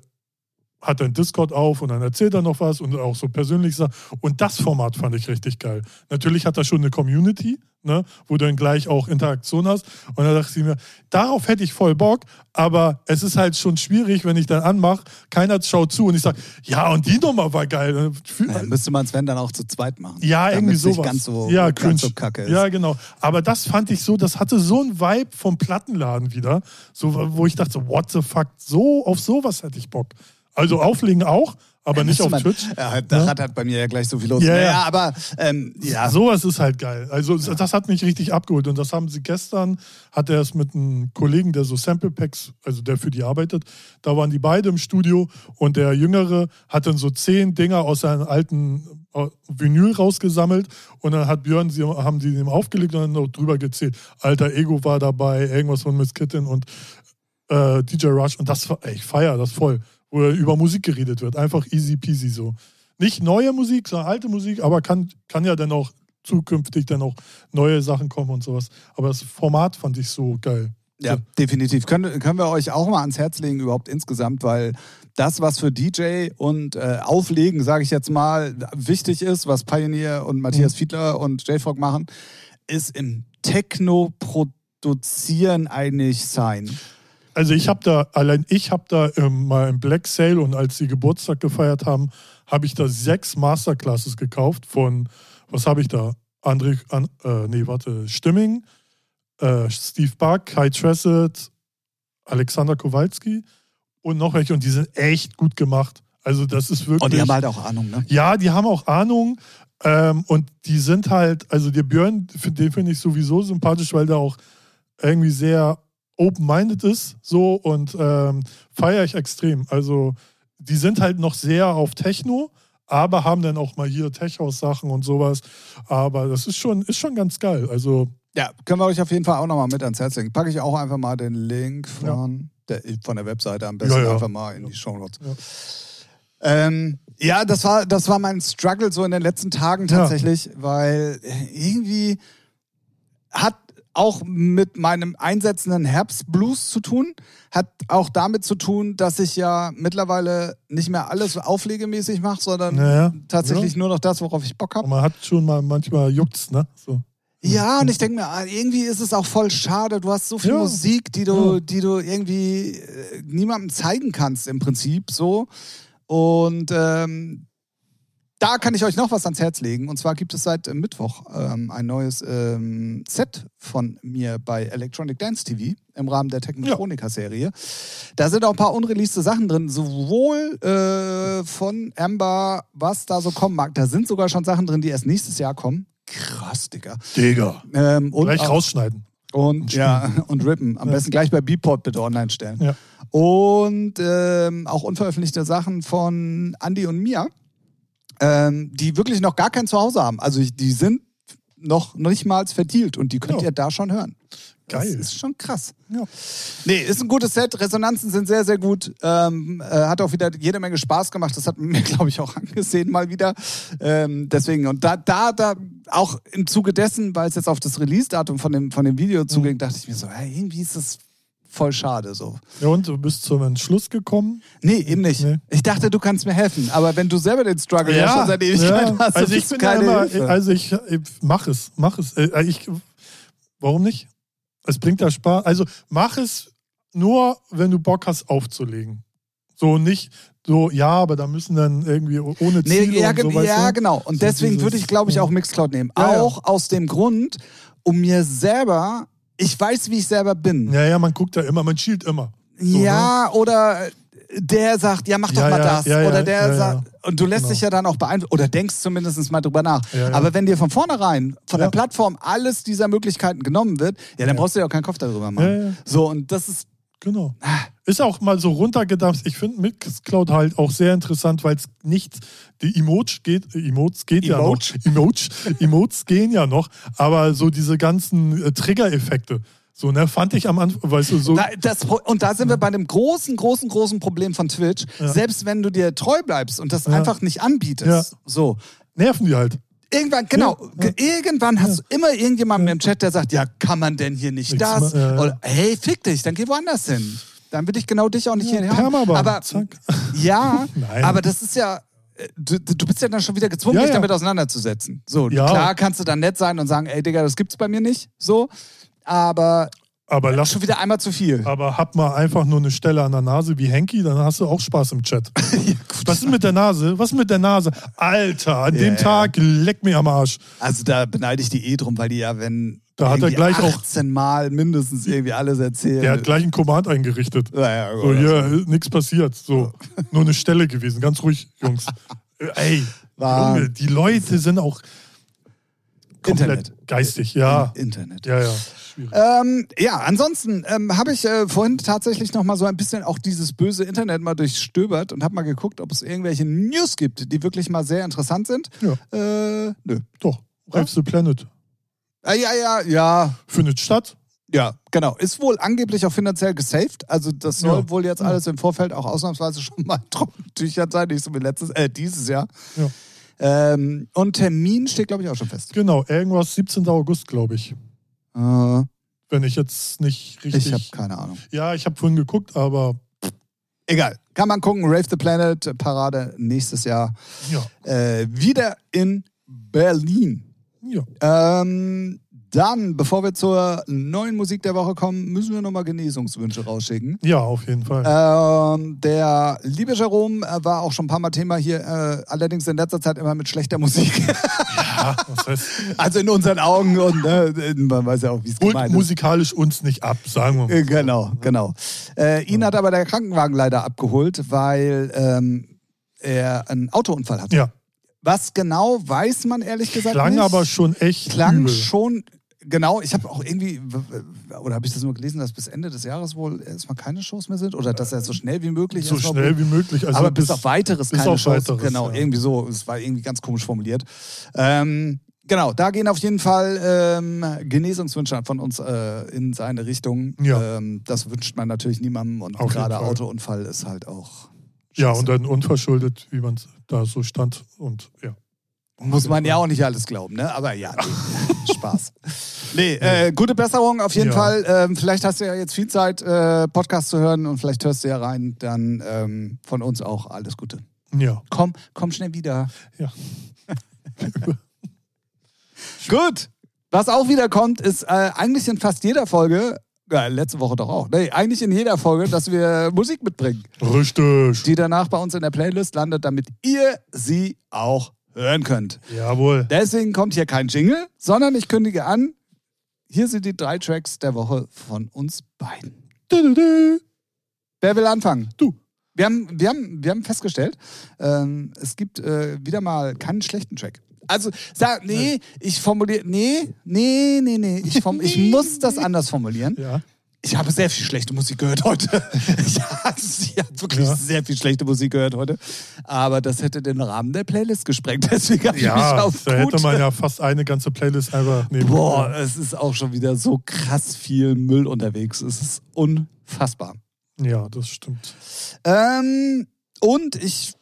hat dann Discord auf und dann erzählt er noch was und auch so persönlich Sachen. Und das Format fand ich richtig geil. Natürlich hat er schon eine Community, ne, wo du dann gleich auch Interaktion hast. Und da dachte ich mir, darauf hätte ich voll Bock, aber es ist halt schon schwierig, wenn ich dann anmache, keiner schaut zu und ich sage, ja, und die Nummer war geil.
Ja, müsste man Sven dann auch zu zweit machen.
Ja, irgendwie
Damit's nicht
sowas.
Ganz so,
ja, cringe.
ganz so kacke ist.
Ja, genau. Aber das fand ich so, das hatte so einen Vibe vom Plattenladen wieder, so, wo ich dachte, so, what the fuck, so, auf sowas hätte ich Bock. Also auflegen auch, aber nicht
Müsste
auf
man,
Twitch.
Ja, da
Ne?
hat halt bei mir ja gleich so viel los.
Ja,
naja,
ja.
aber ähm, ja.
Sowas ist halt geil. Also das hat mich richtig abgeholt. Und das haben sie gestern, hat er es mit einem Kollegen, der so Sample Packs, also der für die arbeitet, da waren die beide im Studio und der Jüngere hat dann so zehn Dinger aus seinem alten äh, Vinyl rausgesammelt und dann hat Björn, sie haben die ihm aufgelegt und dann noch drüber gezählt. Alter Ego war dabei, irgendwas von Miss Kitten und äh, DJ Rush und das war, ey, ich feier das voll, wo über Musik geredet wird. Einfach easy peasy so. Nicht neue Musik, sondern alte Musik, aber kann, kann ja dann auch zukünftig dann auch neue Sachen kommen und sowas. Aber das Format fand ich so geil.
Ja, definitiv. Können, können wir euch auch mal ans Herz legen, überhaupt insgesamt, weil das, was für DJ und äh, Auflegen, sage ich jetzt mal, wichtig ist, was Pioneer und Matthias Fiedler und JFrog machen, ist im Techno-Produzieren eigentlich sein.
Also ich habe da, allein ich habe da ähm, mal im Black Sale und als sie Geburtstag gefeiert haben, habe ich da sechs Masterclasses gekauft von, was habe ich da? André, an, äh, nee, warte, Stimming, äh, Steve Buck, Kai Tressett, Alexander Kowalski und noch welche und die sind echt gut gemacht. Also das ist wirklich...
Und die haben halt auch Ahnung, ne?
Ja, die haben auch Ahnung. Ähm, und die sind halt, also der Björn, f- den finde ich sowieso sympathisch, weil der auch irgendwie sehr open-minded ist, so und ähm, feiere ich extrem. Also die sind halt noch sehr auf Techno, aber haben dann auch mal hier Tech-House-Sachen und sowas. Aber das ist schon, ist schon ganz geil. Also
Ja, können wir euch auf jeden Fall auch nochmal mit ans Herz legen. Packe ich auch einfach mal den Link von, der, von der Webseite am besten
Ja, ja.
einfach mal in die Show Notes.
Ja.
Ähm, ja, das war, das war mein Struggle so in den letzten Tagen tatsächlich, weil irgendwie hat auch mit meinem einsetzenden Herbstblues zu tun, hat auch damit zu tun, dass ich ja mittlerweile nicht mehr alles auflegemäßig mache, sondern
Naja,
Ähm, tatsächlich nur noch das, worauf ich Bock habe.
man hat schon mal manchmal juckt's, ne? So.
Ja, und ich denke mir, ah, irgendwie ist es auch voll schade. Du hast so viel
Mhm. Ja.
Musik, die du,
Ja.
die du irgendwie äh, niemandem zeigen kannst im Prinzip so. Und ähm, da kann ich euch noch was ans Herz legen. Und zwar gibt es seit äh, Mittwoch ähm, ein neues ähm, Set von mir bei Electronic Dance TV im Rahmen der Technotronica-Serie. Da sind auch ein paar unreleaste Sachen drin, sowohl äh, von Amber, was da so kommen mag. Da sind sogar schon Sachen drin, die erst nächstes Jahr kommen. Krass, Digga.
Digga.
Ähm, und
Gleich
auch-
rausschneiden.
Und, ja, und rippen. Am
Ja.
besten gleich bei Beatport bitte online stellen.
Ja.
Und ähm, auch unveröffentlichte Sachen von Andy und Mia, ähm, die wirklich noch gar kein Zuhause haben. Also ich- die sind noch, noch nicht mal vertielt und die könnt
Ja.
ihr da schon hören. Das
Geil.
ist schon krass.
Ja.
Nee, ist ein gutes Set. Resonanzen sind sehr, sehr gut. Ähm, äh, hat auch wieder jede Menge Spaß gemacht. Das hat mir, glaube ich, auch angesehen mal wieder. Ähm, deswegen, und da, da, da, auch im Zuge dessen, weil es jetzt auf das Release-Datum von dem, von dem Video zuging,
Mhm.
dachte ich mir so, hey, irgendwie ist das voll schade so.
Ja, und du bist zum Entschluss gekommen.
Nee, eben nicht.
Nee.
Ich dachte, du kannst mir helfen. Aber wenn du selber den Struggle ja, schon seit Ewigkeit
ja.
hast,
also ich
bist
bin
du keine
ja immer,
Hilfe.
also ich, ich mach es, mach es. Äh, Ich, warum nicht? Es bringt ja Spaß. Also mach es nur, wenn du Bock hast aufzulegen. So nicht so, ja, aber da müssen dann irgendwie ohne
Nee,
Ziele
ja,
und so,
ge-
weißt
ja
du?
genau. Und
So
deswegen
dieses-
würde ich, glaube ich, auch Mixcloud nehmen.
Ja, ja.
auch aus dem Grund, um mir selber, ich weiß, wie ich selber bin.
Ja, ja, man guckt ja immer, man schielt immer. So, ne?
ja, oder der sagt, ja, mach doch
Ja,
mal
ja,
das.
ja, ja,
oder der
ja, ja.
sagt, und du lässt
Genau.
dich ja dann auch beeinflussen, oder denkst zumindest mal drüber nach.
Ja, ja.
Aber wenn dir von vornherein, von
Ja.
der Plattform alles dieser Möglichkeiten genommen wird, ja, dann
Ja.
brauchst du dir auch keinen Kopf darüber machen.
Ja, ja.
So, und das ist,
Genau. Ist auch mal so runtergedampft. Ich finde Mixcloud halt auch sehr interessant, weil es nicht die Emotes geht, äh, Emotes geht ja noch.
Emoji.
Emotes, Emotes gehen ja noch, aber so diese ganzen äh, Triggereffekte, so ne, fand ich am Anfang, weißt du, so
da, das, Pro- und da sind wir bei dem großen, großen, großen Problem von Twitch.
Ja.
Selbst wenn du dir treu bleibst und das einfach nicht anbietest,
Ja.
so,
nerven die halt.
Irgendwann, genau.
Ja,
Ge- Irgendwann hast du immer irgendjemanden im Chat, der sagt, ja, kann man denn hier nicht
Nichts
das?
ma- ja, ja.
Oder hey, fick dich, dann geh woanders hin. Dann würde ich genau dich auch nicht
Ja,
hierher haben.
Permaban,
Aber
zack.
ja,
Nein.
aber das ist ja. äh, Du, du bist ja dann schon wieder gezwungen,
Ja,
dich
ja.
damit auseinanderzusetzen. So,
Ja.
klar kannst du dann nett sein und sagen, ey Digga, das gibt's bei mir nicht. So. Aber
Aber lass
schon wieder einmal zu viel.
Aber hab mal einfach nur eine Stelle an der Nase wie Henki, dann hast du auch Spaß im Chat. Was ist mit der Nase? Was ist mit der Nase? Alter, an dem
Ja.
Tag leck mir am Arsch.
Also da beneide ich die eh drum, weil die ja, wenn
Da hat er
irgendwie
gleich auch-
18 Mal mindestens irgendwie alles erzählt.
Der hat gleich einen Command eingerichtet.
naja,
So, Oh ja, nichts passiert. So, nur eine Stelle gewesen. Ganz ruhig, Jungs. Äh, Ey,
War-
Junge, die Leute sind auch komplett
Internet.
geistig. Ja,
Internet.
ja, ja. Schwierig.
Ähm, ja, ansonsten ähm, habe ich äh, vorhin tatsächlich noch mal so ein bisschen auch dieses böse Internet mal durchstöbert und habe mal geguckt, ob es irgendwelche News gibt, die wirklich mal sehr interessant sind.
Ja.
Äh, nö.
Doch, Raves the Planet
Ah, ja, ja, ja,
findet statt.
ja, genau. Ist wohl angeblich auch finanziell gesaved. Also das soll
Ja.
wohl jetzt alles im Vorfeld auch ausnahmsweise schon mal trockentüchert sein, nicht so wie letztes, äh, dieses Jahr.
Ja.
Ähm, und Termin steht, glaube ich, auch schon fest.
Genau, irgendwas 17. August, glaube ich.
Äh,
Wenn ich jetzt nicht richtig.
ich habe keine Ahnung.
Ja, ich habe vorhin geguckt, aber
Egal. Kann man gucken. Rave the Planet Parade nächstes Jahr
ja,
äh, wieder in Berlin.
ja.
Ähm, dann, bevor wir zur neuen Musik der Woche kommen, müssen wir nochmal Genesungswünsche rausschicken.
Ja, auf jeden Fall.
Ähm, der liebe Jerome äh, war auch schon ein paar Mal Thema hier, äh, allerdings in letzter Zeit immer mit schlechter Musik.
ja, das heißt,
also in unseren Augen und ne, man weiß ja auch, wie es
holt
gemeint ist.
musikalisch uns nicht ab, sagen wir mal.
Äh, Genau, genau. Äh, ihn hat aber der Krankenwagen leider abgeholt, weil ähm, er einen Autounfall hatte.
Ja,
Was genau, weiß man ehrlich gesagt
klang
nicht.
aber schon echt
klang
übel.
schon, genau, ich habe auch irgendwie, w- w- oder habe ich das nur gelesen, dass bis Ende des Jahres wohl erstmal keine Shows mehr sind oder dass er so schnell wie möglich
so
erstmal-
schnell wie möglich. Also
aber bis, auf weiteres
bis
keine
auf
Shows.
weiteres,
genau,
ja.
irgendwie so, es war irgendwie ganz komisch formuliert. Ähm, genau, da gehen auf jeden Fall ähm, Genesungswünsche von uns äh, in seine Richtung.
Ja.
Ähm, das wünscht man natürlich niemandem und
Auf jeden
gerade
Fall.
Autounfall ist halt auch.
Ja,
Scheiße.
und dann unverschuldet, wie man da so stand. Und ja.
Muss man ja auch nicht alles glauben, ne? Aber ja, nee. Spaß. Nee, äh, gute Besserung auf jeden
Ja.
Fall. Ähm, vielleicht hast du ja jetzt viel Zeit, äh, Podcast zu hören und vielleicht hörst du ja rein. Dann ähm, von uns auch alles Gute.
Ja.
Komm, komm schnell wieder.
Ja.
Gut. Was auch wieder kommt, ist äh, eigentlich in fast jeder Folge, ja, letzte Woche doch auch, nee, eigentlich in jeder Folge, dass wir Musik mitbringen,
Richtig.
die danach bei uns in der Playlist landet, damit ihr sie auch hören könnt.
Jawohl.
Deswegen kommt hier kein Jingle, sondern ich kündige an, hier sind die drei Tracks der Woche von uns beiden.
Du, du, du.
Wer will anfangen?
Du.
Wir haben, wir haben, wir haben festgestellt, ähm, es gibt äh, wieder mal keinen schlechten Track. Also, sag, nee, ich formuliere, nee, nee, nee, nee, ich, form, ich muss das anders formulieren.
Ja.
Ich habe sehr viel schlechte Musik gehört heute. Ich habe ich habe wirklich
Ja.
sehr viel schlechte Musik gehört heute. Aber das hätte den Rahmen der Playlist gesprengt. Deswegen habe ich mich
Ja,
auf
da hätte
gute-
man ja fast eine ganze Playlist einfach nehmen
Boah,
können.
es ist auch schon wieder so krass viel Müll unterwegs. Es ist unfassbar.
Ja, das stimmt.
Ähm, und ich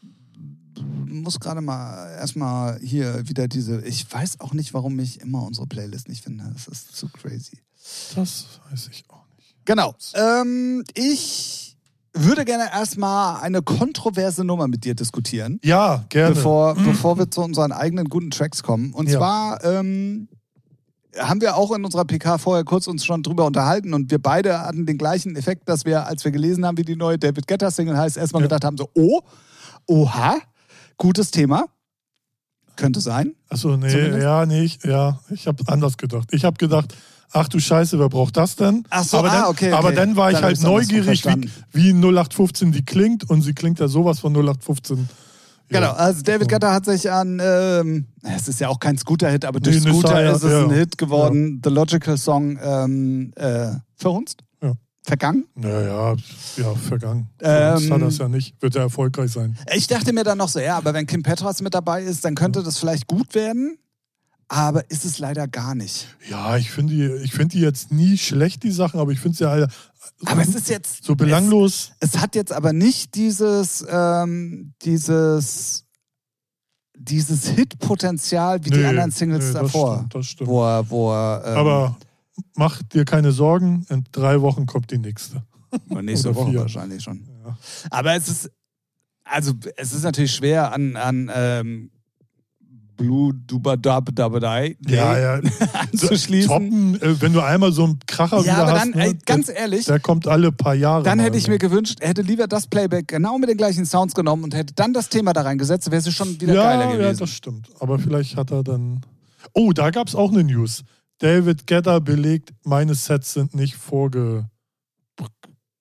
muss gerade mal erstmal hier wieder diese. Ich weiß auch nicht, warum ich immer unsere Playlist nicht finde. Das ist zu crazy.
Das weiß ich auch nicht.
Genau. Ähm, ich würde gerne erstmal eine kontroverse Nummer mit dir diskutieren,
Ja, gerne. Mhm.
bevor, bevor wir zu unseren eigenen guten Tracks kommen. Und
Ja.
zwar ähm, haben wir auch in unserer PK vorher kurz uns schon drüber unterhalten und wir beide hatten den gleichen Effekt, dass wir, als wir gelesen haben, wie die neue David Guetta Single heißt, erstmal
Ja.
gedacht haben so, oh, oha, gutes Thema. Könnte sein.
Achso, Also, nee,
Zumindest?
ja, nee, ich, ja, ich habe anders gedacht. Ich habe gedacht, ach du Scheiße, wer braucht das denn?
Ach so,
aber
ah,
dann,
okay,
aber
okay.
dann war ich
Dann hab
halt
ich's andersrum
neugierig, wie,
verstanden.
wie 0815 die klingt und sie klingt ja sowas von 0815. Ja.
Genau, also David Guetta hat sich an, ähm, es ist ja auch kein Scooter-Hit, aber durch
Nee, eine
Scooter
Style,
ist es
ja.
ein Hit geworden. The Logical Song ähm, äh, verhunzt,
Ja.
vergangen.
Naja, ja, vergangen.
Ähm,
Sonst hat das ja nicht. Wird er erfolgreich sein.
Ich dachte mir dann noch so, ja, aber wenn Kim Petras mit dabei ist, dann könnte das vielleicht gut werden. Aber ist es leider gar nicht.
Ja, ich finde die, ich finde die jetzt nie schlecht, die Sachen, aber ich finde sie alle
Aber es ist jetzt
so belanglos.
Es, es hat jetzt aber nicht dieses, ähm, dieses, dieses Hit-Potenzial wie die
Nee,
anderen Singles
nee, das
davor.
Stimmt, das stimmt.
Wo er, wo er, ähm,
Aber mach dir keine Sorgen, in drei Wochen kommt die nächste.
Oder nächste
Oder
Woche
vier.
wahrscheinlich schon.
Ja.
Aber es ist, also es ist natürlich schwer an, an ähm, Blue Duba Dub Dabadai
Ja, ja.
anzuschließen.
Toppen, äh, wenn du einmal so einen Kracher
ja,
wieder
aber
hast,
dann, ey,
ne,
ganz ehrlich,
der, der kommt alle paar Jahre.
dann
mal,
hätte ich
ne?
mir gewünscht, er hätte lieber das Playback genau mit den gleichen Sounds genommen und hätte dann das Thema da reingesetzt, wäre es schon wieder geiler
ja, ja,
gewesen.
das stimmt. Aber vielleicht hat er dann. Oh, da gab es auch eine News. David Gedder belegt, meine Sets sind nicht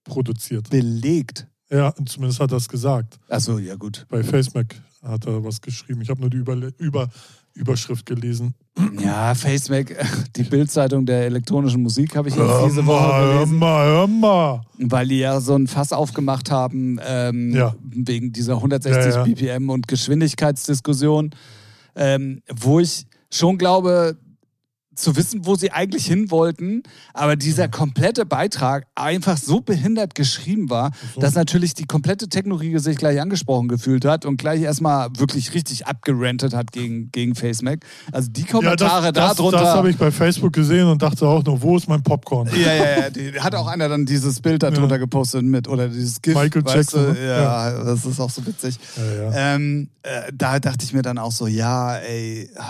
vorgeproduziert.
Belegt.
Ja, zumindest hat er es gesagt.
Achso, ja gut.
Bei FaceMac hat er was geschrieben. Ich habe nur die Überle Über Überschrift gelesen.
Ja, Facemac, die Bildzeitung der elektronischen Musik habe ich jetzt
Hör
diese Woche
mal, hör
gelesen,
mal, hör mal.
weil die ja so ein Fass aufgemacht haben ähm,
Ja.
wegen dieser 160
Ja, ja.
BPM und Geschwindigkeitsdiskussion, ähm, wo ich schon glaube zu wissen, wo sie eigentlich hin wollten, aber
Mhm.
dieser komplette Beitrag einfach so behindert geschrieben war,
so.
dass natürlich die komplette Technologie sich gleich angesprochen gefühlt hat und gleich erstmal wirklich richtig abgerantet hat gegen, gegen FaceMac. Also die Kommentare
ja, das, das,
darunter.
das habe ich bei Facebook gesehen und dachte auch nur, wo ist mein Popcorn?
Ja, ja, ja. Die, hat auch einer dann dieses Bild da drunter gepostet mit oder dieses GIF.
Michael
weißt du?
Jackson, ne?
Ja, das ist auch so witzig.
Ja, ja.
Ähm, äh, da dachte ich mir dann auch so, ja, ey. ah.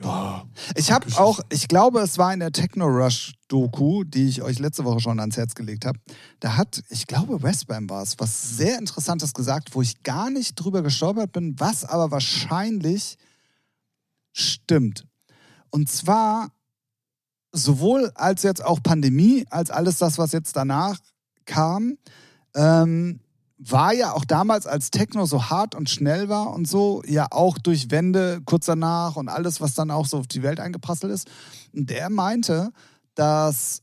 Ja.
Ich habe auch, ich glaube, es war in der Techno Rush Doku, die ich euch letzte Woche schon ans Herz gelegt habe. Da hat, ich glaube, Westbam war es,
Mhm.
was sehr Interessantes gesagt, wo ich gar nicht drüber gestolpert bin, was aber wahrscheinlich stimmt. Und zwar sowohl als jetzt auch Pandemie, als alles das, was jetzt danach kam, ähm, war ja auch damals, als Techno so hart und schnell war und so, ja auch durch Wände kurz danach und alles, was dann auch so auf die Welt eingeprasselt ist. Und der meinte, dass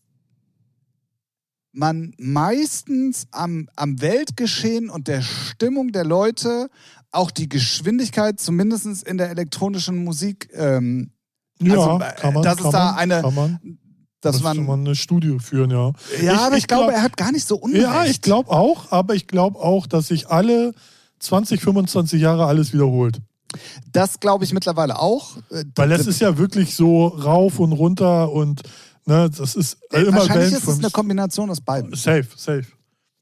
man meistens am, am Weltgeschehen und der Stimmung der Leute auch die Geschwindigkeit zumindest in der elektronischen Musik ähm, also,
ja, kann man.
das ist
kann
da
man,
eine-
Kann man.
dass
Müsste
man.
man eine Studie führen, ja.
Ja,
Ich-
aber ich,
ich
glaube,
glaub-
er hat gar nicht so unrecht.
Ja, ich glaube auch, aber ich glaube auch, dass sich alle 20, 25 Jahre alles wiederholt.
Das glaube ich mittlerweile auch. Äh,
Weil
d-
es ist ja wirklich so rauf und runter und ne, das ist
d-
immer
wahrscheinlich ist es
Wellenform.
eine Kombination aus beiden.
Safe, safe.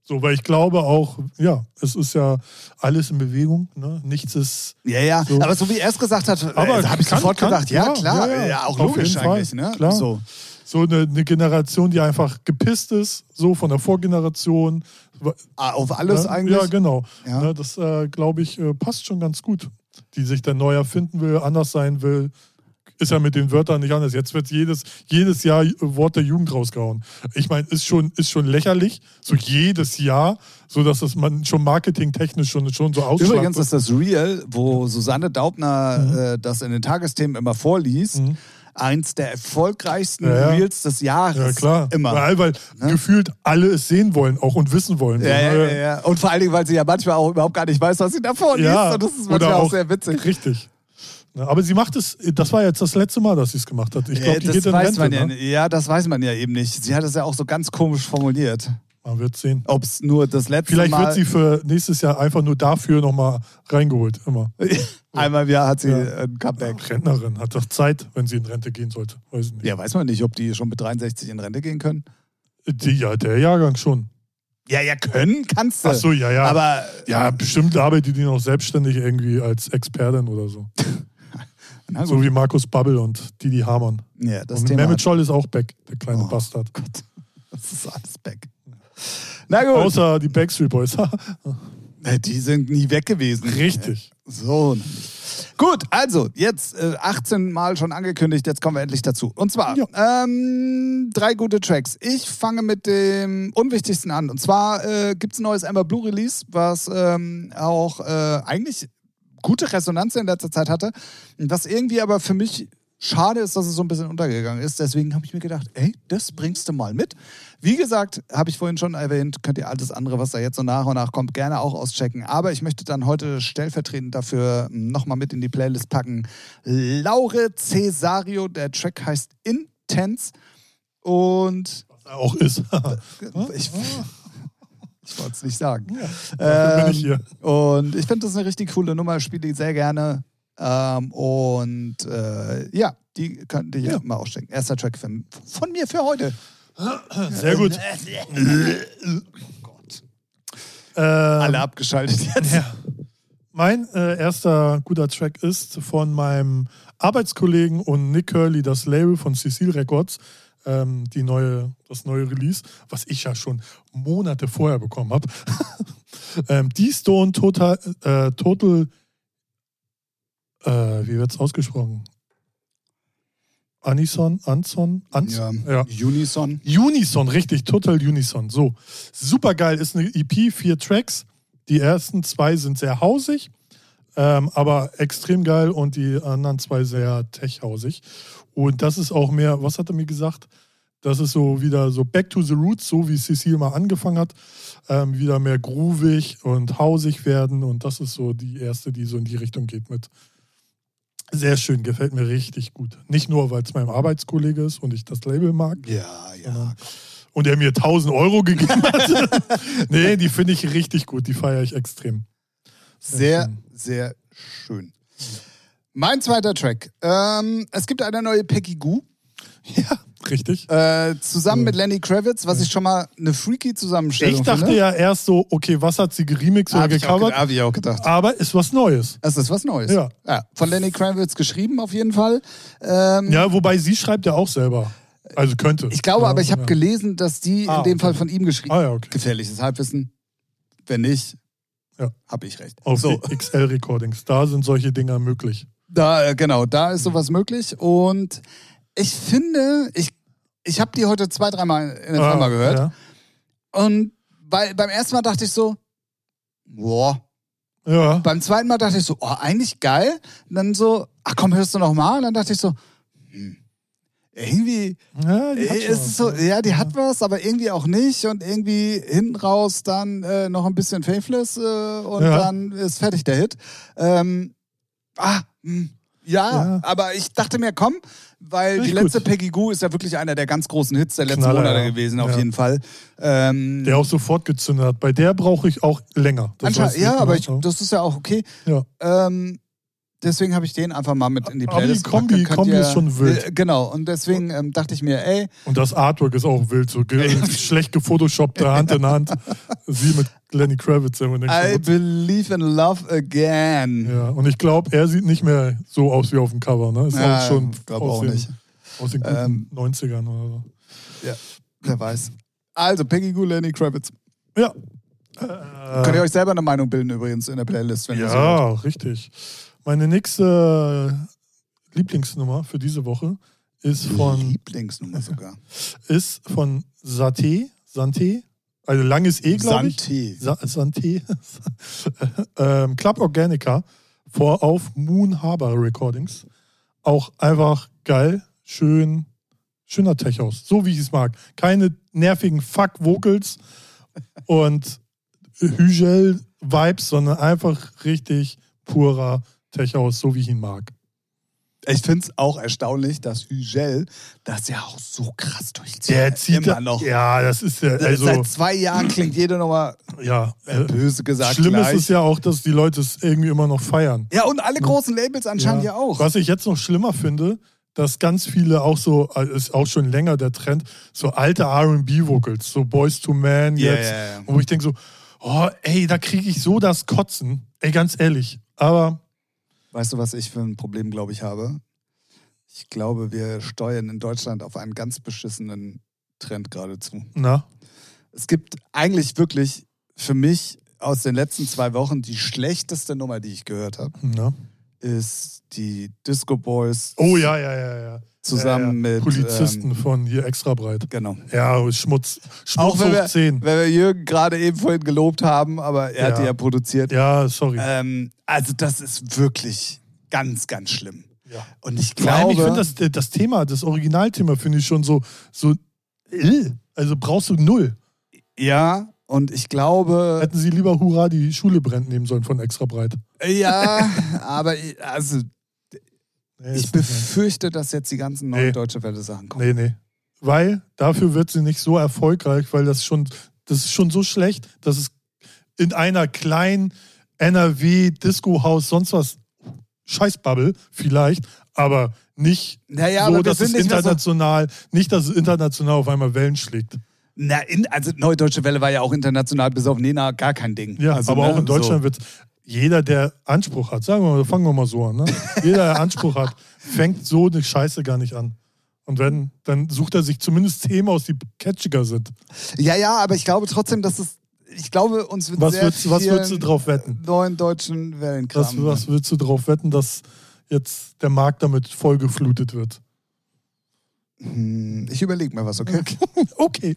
So, weil ich glaube auch, ja, es ist ja alles in Bewegung, ne? Nichts ist.
Ja, ja.
So.
Aber so wie er es gesagt hat,
Aber
habe Äh, also ich
kann-
sofort
kann-
gedacht, ja,
ja,
klar,
ja,
ja,
ja.
auch
Auf
logisch
jeden Fall,
eigentlich. Ne?
klar.
So.
So eine, eine Generation, die einfach gepisst ist, so von der Vorgeneration.
Ah, Auf alles
ne?
eigentlich.
Ja, genau.
Ja.
Ne, das, äh, glaube ich, äh, passt schon ganz gut. Die sich dann neu erfinden will, anders sein will. Ist ja mit den Wörtern nicht anders. Jetzt wird jedes, jedes Jahr äh, Wort der Jugend rausgehauen. Ich meine, ist schon, ist schon lächerlich, so jedes Jahr, so dass das man schon marketingtechnisch schon, schon so ausschlagt.
Übrigens ist das Real, wo Susanne Daubner
Mhm.
äh, das in den Tagesthemen immer vorliest, eins der erfolgreichsten
Ja, ja.
Reels des Jahres.
ja, klar.
Immer. ne?
Weil, weil gefühlt alle es sehen wollen auch und wissen wollen. äh,
Ja, ja, ja, ja. Und vor allen Dingen, weil sie ja manchmal auch überhaupt gar nicht weiß, was sie da vorliest.
Ja,
und das ist manchmal
oder
auch,
auch-
sehr witzig.
Richtig. Ne, aber sie macht es, das war jetzt das letzte Mal, dass sie es gemacht hat. Ich glaube,
Äh,
die
das
geht in
weiß
Rente.
man ja,
ne?
nicht. ja, das weiß man ja eben nicht. Sie hat es ja auch so ganz komisch formuliert.
Man wird sehen.
Ob es nur das letzte
Vielleicht
Also
wird
Mal.
sie für nächstes Jahr einfach nur dafür nochmal reingeholt, immer.
Einmal im Jahr hat sie
Ja.
ein Comeback.
Rentnerin hat doch Zeit, wenn sie in Rente gehen sollte. Weiß ich nicht.
Ja, weiß man nicht, ob die schon mit 63 in Rente gehen können.
Die, ja, der Jahrgang schon.
Ja, ja, können kannst du.
Ach so, ja, ja.
Aber
ja, bestimmt arbeitet die noch selbstständig irgendwie als Expertin oder so.
na gut.
So wie Markus Babbel und Didi Hamann.
ja, das
und
Thema.
Mehmet Scholl ist auch back, der kleine
Oh.
Bastard.
Gott, das ist alles back. Na gut,
Außer die Backstreet Boys.
Na, die sind nie weg gewesen.
Richtig.
So. Gut, also jetzt äh, 18 Mal schon angekündigt, jetzt kommen wir endlich dazu. Und zwar ähm, drei gute Tracks. Ich fange mit dem Unwichtigsten an. Und zwar äh, gibt es ein neues Amber Blue Release, was ähm, auch äh, eigentlich gute Resonanz in letzter Zeit hatte. Was irgendwie aber für mich schade ist, dass es so ein bisschen untergegangen ist. Deswegen habe ich mir gedacht, ey, das bringst du mal mit. Wie gesagt, habe ich vorhin schon erwähnt, könnt ihr alles andere, was da jetzt so nach und nach kommt, gerne auch auschecken. Aber ich möchte dann heute stellvertretend dafür nochmal mit in die Playlist packen. Laure Cesario, der Track heißt Intense. Und
Auch ist. Hm?
ich, ich wollte es nicht sagen. Ähm,
dafür bin ich hier.
Und ich finde das eine richtig coole Nummer, spiele die sehr gerne. Ähm, und äh, ja, die könnte ich
Ja.
mal ausstecken. Erster Track für, von mir für heute.
Sehr gut.
Alle
Ähm,
abgeschaltet jetzt.
ja. Mein äh, erster guter Track ist von meinem Arbeitskollegen und Nick Curly, das Label von Cecil Records, ähm, die neue, das neue Release, was ich ja schon Monate vorher bekommen habe. ähm, die Stone Total, äh, Total äh, wie wird's ausgesprochen? Anison, Anson, Anson? ja.
Unison.
Unison, richtig, Total Unison. So, super geil, ist eine EP, vier Tracks. Die ersten zwei sind sehr hausig, ähm, aber extrem geil und die anderen zwei sehr tech-hausig. Und das ist auch mehr, was hat er mir gesagt? Das ist so wieder so back to the roots, so wie Cecile mal angefangen hat. Ähm, wieder mehr groovig und hausig werden. Und das ist so die erste, die so in die Richtung geht mit. Sehr schön, gefällt mir richtig gut. Nicht nur, weil es mein Arbeitskollege ist und ich das Label mag,
Ja,
ja. Und er mir 1000 Euro gegeben hat. nee, die finde ich richtig gut. Die feiere ich extrem.
Sehr, sehr schön. Mein zweiter Track. Ähm, es gibt eine neue Peggy Goo.
Ja, richtig.
Äh, zusammen mit Lenny Kravitz, was ich schon mal eine freaky Zusammenstellung
Oh. Ich dachte
finde.
ja erst so, okay, was hat sie geremixed oder
Hab ich, auch, ge-
gecovert?
hab ich auch gedacht.
Aber ist was Neues.
Das ist was Neues.
Ja.
Von Lenny Kravitz geschrieben auf jeden Fall. Ähm,
Ja, wobei sie schreibt ja auch selber. Also könnte.
Ich glaube,
ja,
aber ich habe
ja.
gelesen, dass die
Ah,
in dem
okay.
Fall von ihm geschrieben.
Ah ja, okay.
Gefährliches Halbwissen. Wenn nicht,
Ja.
habe ich recht.
Auf
so,
XL Recordings. Da sind solche Dinger möglich.
da, äh, genau, da ist sowas möglich. Und ich finde, ich, ich habe die heute zwei, dreimal in der
Ah,
Firma gehört.
Ja.
Und weil, beim ersten Mal dachte ich so, boah,
ja.
Beim zweiten Mal dachte ich so, oh, eigentlich geil. Und dann so, ach komm, hörst du noch mal? Und dann dachte ich so, hm, irgendwie
ja die hat
äh,
schon
ist
was,
es so,
ne?
ja, die hat was, aber irgendwie auch nicht. Und irgendwie hinten raus dann äh, noch ein bisschen Faithless äh, und
Ja.
dann ist fertig der Hit. Ähm, ah, hm, ja,
Ja.
aber ich dachte mir, komm, weil
Finde
die
ich
letzte
gut.
Peggy Goo ist ja wirklich einer der ganz großen Hits der letzten
Knaller,
Monate
ja.
gewesen, auf
Ja.
jeden Fall. Ähm,
Der auch sofort gezündet hat. Bei der brauche ich auch länger. Das
anscheinend-
weiß
ja,
nicht,
aber
ne?
ich, das ist ja auch okay.
ja.
Ähm, deswegen habe ich den einfach mal mit in die
Aber die
Playlist
Ah, Kombi-
gepackt. Könnt
Kombi
ihr-
ist schon wild.
Äh, genau, und deswegen ähm, dachte ich mir, ey,
Und das Artwork ist auch wild, so ge schlecht gefotoshoppte Hand in Hand. Sie mit Lenny Kravitz. wenn man denkt,
I
so,
believe in love again.
Ja, und ich glaube, er sieht nicht mehr so aus wie auf dem Cover. Ne? Ist
Ja,
auch schon
ich glaub
aus,
auch
den,
nicht.
aus den guten
Ähm.
90ern oder so.
Wer weiß. Also, Peggy Goo, Lenny Kravitz.
Äh. Ja.
Könnt
Äh,
ihr euch selber eine Meinung bilden übrigens in der Playlist, wenn ihr so wollt.
ja, richtig. Meine nächste Lieblingsnummer für diese Woche ist von,
Lieblingsnummer sogar.
ist von Saté. Santé. Also langes E, glaube ich.
Santi.
Sa- Santé, ähm, Club Organica vor auf Moon Harbor Recordings. Auch einfach geil, schön, schöner Tech House, so wie ich es mag. Keine nervigen Fuck Vocals und Hügel Vibes, sondern einfach richtig purer Tech House, so wie ich ihn mag.
Ich finde es auch erstaunlich, dass Hügel das ja auch so krass durchzieht.
Der zieht
immer noch.
Ja, das ist ja also
Seit zwei Jahren klingt jede Nummer,
ja.
äh,
Äh,
böse gesagt,
Schlimm ist
gleich.
es ja auch, dass die Leute es irgendwie immer noch feiern.
Ja, und alle großen Labels anscheinend ja, auch.
Was ich jetzt noch schlimmer finde, dass ganz viele auch so, äh, ist auch schon länger der Trend, so alte RB-Vocals, so Boys to Man
Ja,
jetzt,
ja, ja.
wo ich denke so, oh ey, da kriege ich so das Kotzen. Ey, ganz ehrlich. Aber
Weißt du, was ich für ein Problem, glaube ich, habe? Ich glaube, wir steuern in Deutschland auf einen ganz beschissenen Trend geradezu.
na,
Es gibt eigentlich wirklich für mich aus den letzten zwei Wochen die schlechteste Nummer, die ich gehört habe,
na.
ist die Disco Boys
Oh ja, ja, ja, ja.
zusammen
ja, ja.
mit
Polizisten
Ähm,
von hier extra breit.
genau.
Ja, Schmutz. Schmutz
Auch wenn
hoch
wir,
10.
wenn wir Jürgen gerade eben vorhin gelobt haben, aber er hat
Ja.
die ja produziert.
Ja, sorry.
Ähm, also das ist wirklich ganz, ganz schlimm.
ja.
Und ich
Vor allem, ich
glaube,
finde das, das Thema, das Originalthema finde ich schon so, so, äh, also brauchst du null.
ja, und ich glaube,
Hätten sie lieber Hurra die Schule brennt nehmen sollen von extra breit.
Ja, aber ich, also
Nee,
ich
ist-
befürchte, dass jetzt die ganzen neuen
Nee.
deutsche Welle Sachen kommen.
nee, nee. Weil dafür wird sie nicht so erfolgreich, weil das schon, das ist schon so schlecht, dass es in einer kleinen NRW, Disco-Haus, sonst was, Scheißbubble vielleicht, aber nicht
Naja,
so,
aber wir
dass
sind
es
nicht mehr so-
international, nicht, dass es international auf einmal Wellen schlägt.
Na, in, also Neudeutsche Welle war ja auch international bis auf Nena gar kein Ding.
Ja,
also,
aber
ne,
auch in Deutschland wird jeder, der Anspruch hat, sagen wir mal, fangen wir mal so an, ne? jeder, der Anspruch hat, fängt so eine Scheiße gar nicht an. Und wenn, dann sucht er sich zumindest Themen aus, die catchiger sind.
So. Ja, ja, aber ich glaube trotzdem, dass es. Ich glaube, uns wird
Was
sehr
würdest, was würdest du
vielen
drauf wetten?
Neuen deutschen Wellenkram.
Was, was würdest du drauf wetten, dass jetzt der Markt damit vollgeflutet wird?
Hm, Ich überlege mir was, okay?
Okay.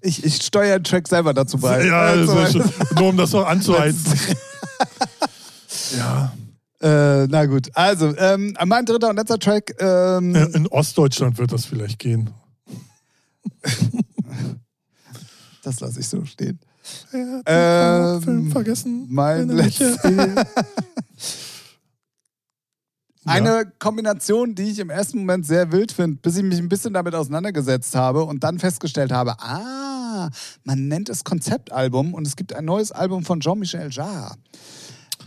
Ich, ich steuere den Track selber dazu bei.
Ja,
Äh,
das
zum
ist
Beispiel.
schon, nur um das noch anzuheizen. ja,
äh, na gut, also ähm, mein dritter und letzter Track. Ähm,
äh, in Ostdeutschland wird das vielleicht gehen.
Das lasse ich so stehen.
Ja,
Ähm,
Film vergessen.
mein
Eine Miche. ja.
Eine Kombination, die ich im ersten Moment sehr wild finde, bis ich mich ein bisschen damit auseinandergesetzt habe und dann festgestellt habe, ah, man nennt es Konzeptalbum und es gibt ein neues Album von Jean-Michel Jarre.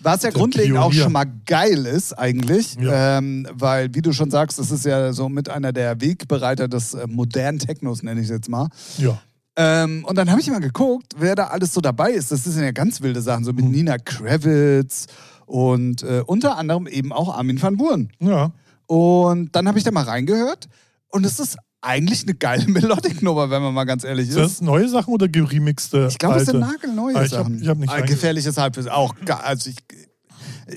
Was ja
Der
grundlegend auch
Pionier.
schon mal geil ist eigentlich,
Ja.
ähm, weil wie du schon sagst, es ist ja so mit einer der Wegbereiter des äh, modernen Technos, nenne ich es jetzt mal.
ja.
Ähm, und dann habe ich mal geguckt, wer da alles so dabei ist. Das sind ja ganz wilde Sachen, so
Hm.
mit Nina Kravitz und äh, unter anderem eben auch Armin van Buuren.
Ja.
Und dann habe ich da mal reingehört und es ist eigentlich eine geile Melodic-Nummer, wenn man mal ganz ehrlich
Sind
ist.
das neue Sachen oder geremixte?
Ich glaube, es sind
alte?
nagelneue
Ah, ich hab-
Sachen.
ich hab nicht
Ah,
reingehört.
gefährliches Halbwissen, auch, ga- also ich,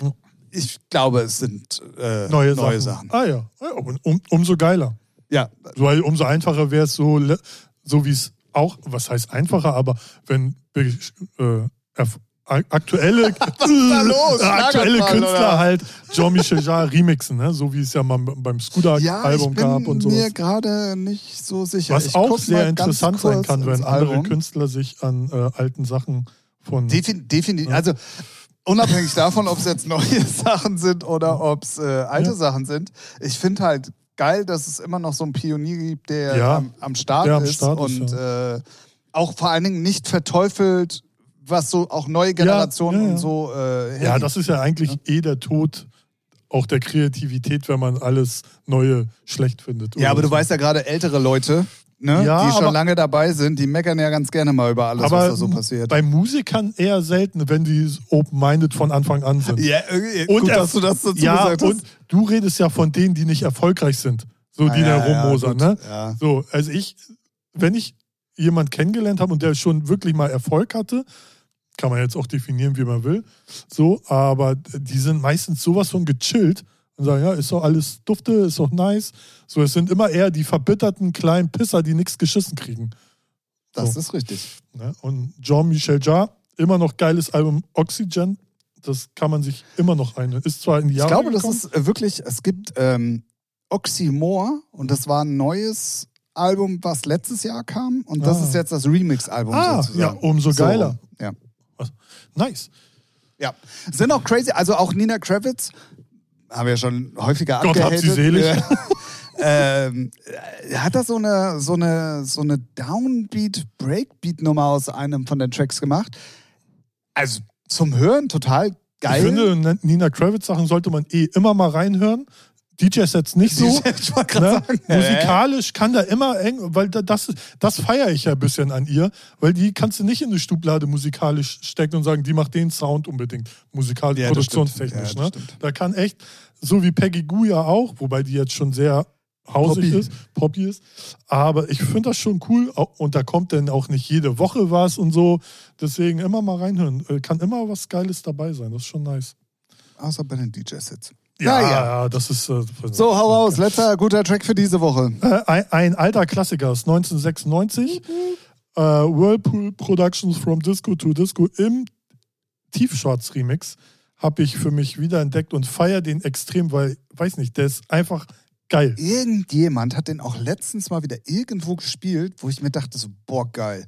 äh, ich glaube, es sind äh,
neue,
neue, Sachen.
Ah ja. ja um, um, umso geiler.
Ja,
Weil umso einfacher wäre es so, le- so wie es auch, was heißt einfacher, aber wenn wirklich, äh, erf- a- aktuelle, äh,
da los?
aktuelle
Schlagerfall,
Künstler
oder?
halt Jean-Michel Jarre remixen, ne? so wie es ja mal beim
ja ich
Scooter-Album gab
bin
und so.
mir gerade nicht so sicher.
Was
ich
auch
guck
sehr
mal ganz
interessant sein
kurz
kann,
ins
wenn andere
Album.
Künstler sich an äh, alten Sachen von.
Defin definitiv. Also unabhängig davon, ob es jetzt neue Sachen sind oder ob es äh, alte
Ja.
Sachen sind. Ich finde halt geil, dass es immer noch so einen Pionier gibt, der
Ja.
am, am Start
Der am
ist
Start ist,
und äh, auch vor allen Dingen nicht verteufelt, was so auch neue Generationen
ja, ja.
und so. Äh,
ja,
hergibt.
das ist ja eigentlich eh der Tod auch der Kreativität, wenn man alles Neue schlecht findet.
ja, aber
oder
du
so.
weißt ja gerade ältere Leute. Ne?
Ja,
die schon
aber-
lange dabei sind, die meckern ja ganz gerne mal über alles,
aber
was da so passiert.
Bei Musikern eher selten, wenn die open-minded von Anfang an sind.
Ja, irgendwie- gut,
erst-
dass du das dazu
ja,
gesagt hast.
Und du redest ja von denen, die nicht erfolgreich sind. So, die da
Ah, ja, ja,
rummosern,
gut,
ne?
Ja.
So, also ich, wenn ich jemand kennengelernt habe und der schon wirklich mal Erfolg hatte, kann man jetzt auch definieren, wie man will, so, aber die sind meistens sowas von gechillt und sagen, ja, ist doch alles dufte, ist doch nice. So, es sind immer eher die verbitterten kleinen Pisser, die nichts geschissen kriegen.
Das
So.
ist richtig.
Ne? Und Jean-Michel Jarre, immer noch geiles Album Oxygen, das kann man sich immer noch ein. Ist zwar in die
Ich
Jahre
glaube, das
gekommen,
ist äh, wirklich, es gibt ähm, Oxymore und das war ein neues Album, was letztes Jahr kam und das
Ah.
ist jetzt das Remix-Album
Ah, ja,
sozusagen.
umso geiler.
So, ja.
Nice.
ja. Sind auch crazy, also auch Nina Kravitz, haben wir ja schon häufiger
Gott hab sie
abgehatet.
selig.
ähm, äh, hat da so eine, so eine, so eine Downbeat-Breakbeat-Nummer aus einem von den Tracks gemacht. Also zum Hören total geil.
Ich finde, Nina Kravitz-Sachen sollte man eh immer mal reinhören. DJ-Sets nicht so.
ich wollte gerade
Ne?
sagen.
Musikalisch kann da immer eng, weil da- das, das feiere ich ja ein bisschen an ihr, weil die kannst du nicht in eine Stublade musikalisch stecken und sagen, die macht den Sound unbedingt, musikalisch,
Ja, das stimmt.
produktionstechnisch.
Ja, das
ne?
stimmt.
Da kann echt, so wie Peggy Goo ja auch, wobei die jetzt schon sehr hausig
Poppy.
ist, poppy ist, aber ich finde das schon cool au- und da kommt dann auch nicht jede Woche was und so, deswegen immer mal reinhören, Äh, kann immer was Geiles dabei sein, das ist schon nice.
Außer bei den DJs-Hits.
Ja,
Naja.
ja, das ist... Äh,
So, hau raus. Letzter guter Track für diese Woche.
Äh, ein, ein alter Klassiker aus 1996. Äh, Whirlpool Productions from Disco to Disco im Tiefshorts Remix habe ich für mich wiederentdeckt und feiere den extrem, weil, weiß nicht, der ist einfach geil.
Irgendjemand hat den auch letztens mal wieder irgendwo gespielt, wo ich mir dachte, so, boah, geil.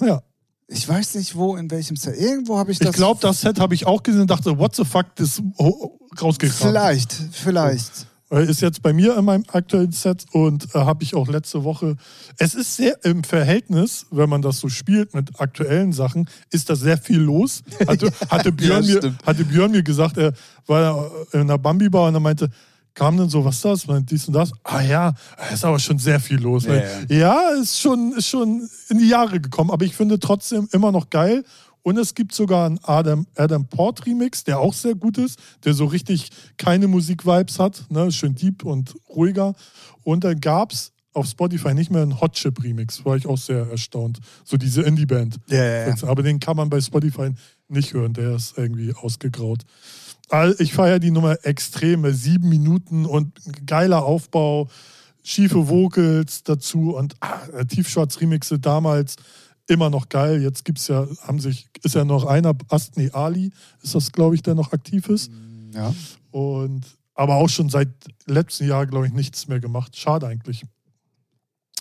Ja.
Ich weiß nicht wo, in welchem Set. Irgendwo habe ich das.
Ich glaube, das Set habe ich auch gesehen und dachte, what the fuck, das oh, oh, rausgekramt.
Vielleicht, vielleicht.
Äh, Ist jetzt bei mir in meinem aktuellen Set und äh, habe ich auch letzte Woche. Es ist sehr im Verhältnis, wenn man das so spielt mit aktuellen Sachen, ist da sehr viel los. Hatte, hatte, Björn, mir,
stimmt.
hatte Björn mir gesagt, er war in der äh, Bambi-Bar und er meinte, kam dann so, was ist das, Man, dies und das. Ah ja, ist aber schon sehr viel los.
Ja,
Ja, ja ist, schon, ist schon in die Jahre gekommen, aber ich finde trotzdem immer noch geil. Und es gibt sogar einen Adam, Adam Port Remix, der auch sehr gut ist, der so richtig keine Musik-Vibes hat, ne? schön deep und ruhiger. Und dann gab es auf Spotify nicht mehr einen Hot Chip Remix, war ich auch sehr erstaunt. So diese Indie-Band.
Ja, ja, ja.
Aber den kann man bei Spotify nicht hören, der ist irgendwie ausgegraut. All- Ich feiere die Nummer extreme, sieben Minuten und geiler Aufbau, schiefe Vocals dazu und ah, Tiefschwarz-Remixe damals immer noch geil. Jetzt gibt's ja, haben sich, ist ja noch einer, Astni Ali, ist das, glaube ich, der noch aktiv ist.
Ja.
Und aber auch schon seit letztem Jahr, glaube ich, nichts mehr gemacht. Schade eigentlich.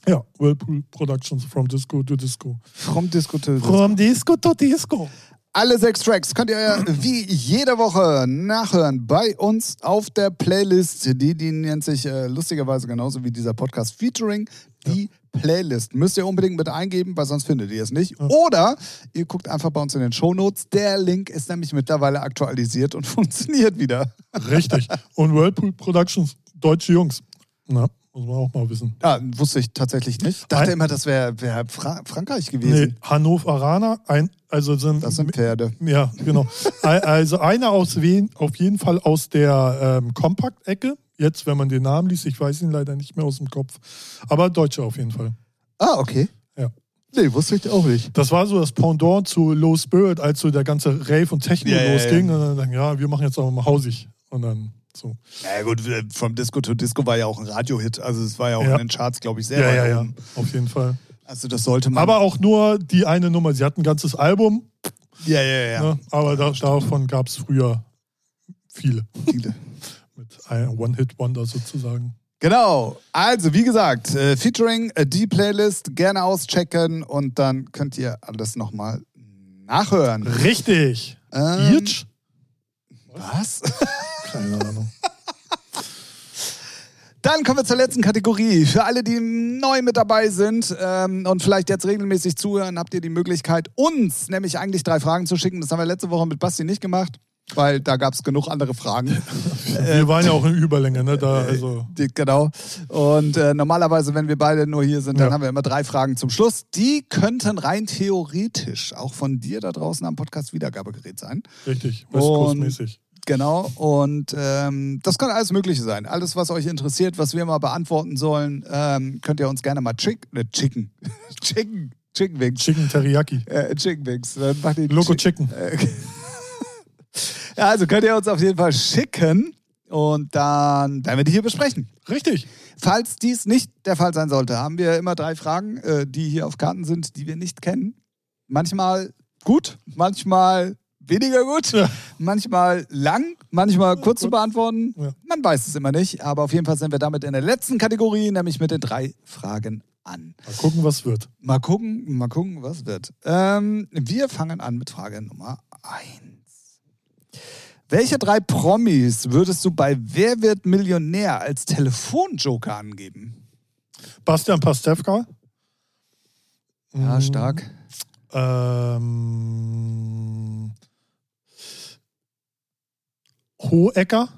Ja, Whirlpool Productions from Disco to Disco.
From Disco to Disco.
From Disco to Disco.
Alle sechs Tracks könnt ihr wie jede Woche nachhören bei uns auf der Playlist. Die, die nennt sich äh, lustigerweise genauso wie dieser Podcast Featuring die Playlist. Müsst ihr unbedingt mit eingeben, weil sonst findet ihr es nicht. Oder ihr guckt einfach bei uns in den Shownotes. Der Link ist nämlich mittlerweile aktualisiert und funktioniert wieder.
Richtig. Und Whirlpool Productions, deutsche Jungs. Na, muss man auch mal wissen.
Ja, Ah, wusste ich tatsächlich nicht. Dachte
Ein-
immer, das wäre wär Fra Frankreich
Nee,
gewesen.
Hannoveraner, ein, also sind,
Das sind Pferde.
ja, genau. Ei- also einer aus Wien, auf jeden Fall aus der ähm, Kompakt-Ecke. Jetzt, wenn man den Namen liest, ich weiß ihn leider nicht mehr aus dem Kopf. Aber Deutsche auf jeden Fall.
Ah, okay.
Ja.
Nee, wusste ich auch nicht.
Das war so das Pendant zu Low Spirit, als so der ganze Rave und Techno
Ja, ja,
losging.
ja.
Und dann, dachten, ja, wir machen jetzt auch mal hausig. Und dann so.
Na ja, gut, äh, vom Disco to Disco war ja auch ein Radiohit. Also es war ja auch
Ja.
in den Charts, glaube ich, sehr
Ja,
weit
ja, ja,
oben.
auf jeden Fall.
Also das sollte man.
Aber auch nur die eine Nummer. Sie hat ein ganzes Album,
ja, ja, ja.
ne? aber da, davon gab es früher viele.
Viele.
Mit ein- One-Hit-Wonder sozusagen.
Genau. Also, wie gesagt, äh, featuring äh, die Playlist gerne auschecken und dann könnt ihr alles nochmal nachhören.
Richtig.
Ähm,
Irtsch?
Was?
Keine Ahnung.
Dann kommen wir zur letzten Kategorie. Für alle, die neu mit dabei sind ähm, und vielleicht jetzt regelmäßig zuhören, habt ihr die Möglichkeit, uns nämlich eigentlich drei Fragen zu schicken. Das haben wir letzte Woche mit Basti nicht gemacht, weil da gab es genug andere Fragen.
Wir waren ja auch in Überlänge, ne? Da, also.
Die- Genau. Und äh, normalerweise, wenn wir beide nur hier sind, dann
Ja.
haben wir immer drei Fragen zum Schluss. Die könnten rein theoretisch auch von dir da draußen am Podcast Wiedergabegerät sein.
Richtig, West Coast-mäßig.
Genau. Und ähm, das kann alles Mögliche sein. Alles, was euch interessiert, was wir mal beantworten sollen, ähm, könnt ihr uns gerne mal chick, äh, chicken. chicken. Chicken Wings.
Chicken Teriyaki.
Äh, chicken Wings. Dann macht ihr
Loco
Chick-
Chicken.
Ja, also könnt ihr uns auf jeden Fall schicken. Und dann werden wir die hier besprechen.
Richtig.
Falls dies nicht der Fall sein sollte, haben wir immer drei Fragen, äh, die hier auf Karten sind, die wir nicht kennen. Manchmal gut, manchmal weniger gut,
Ja.
manchmal lang, manchmal kurz zu
kurz.
beantworten.
Ja.
Man weiß es immer nicht, aber auf jeden Fall sind wir damit in der letzten Kategorie, nämlich mit den drei Fragen an.
Mal gucken, was wird.
Mal gucken, mal gucken, was wird. Ähm, wir fangen an mit Frage Nummer eins. Welche drei Promis würdest du bei Wer wird Millionär als Telefonjoker angeben?
Bastian Pastewka.
Ja,
Mhm.
stark.
Ähm, Hohecker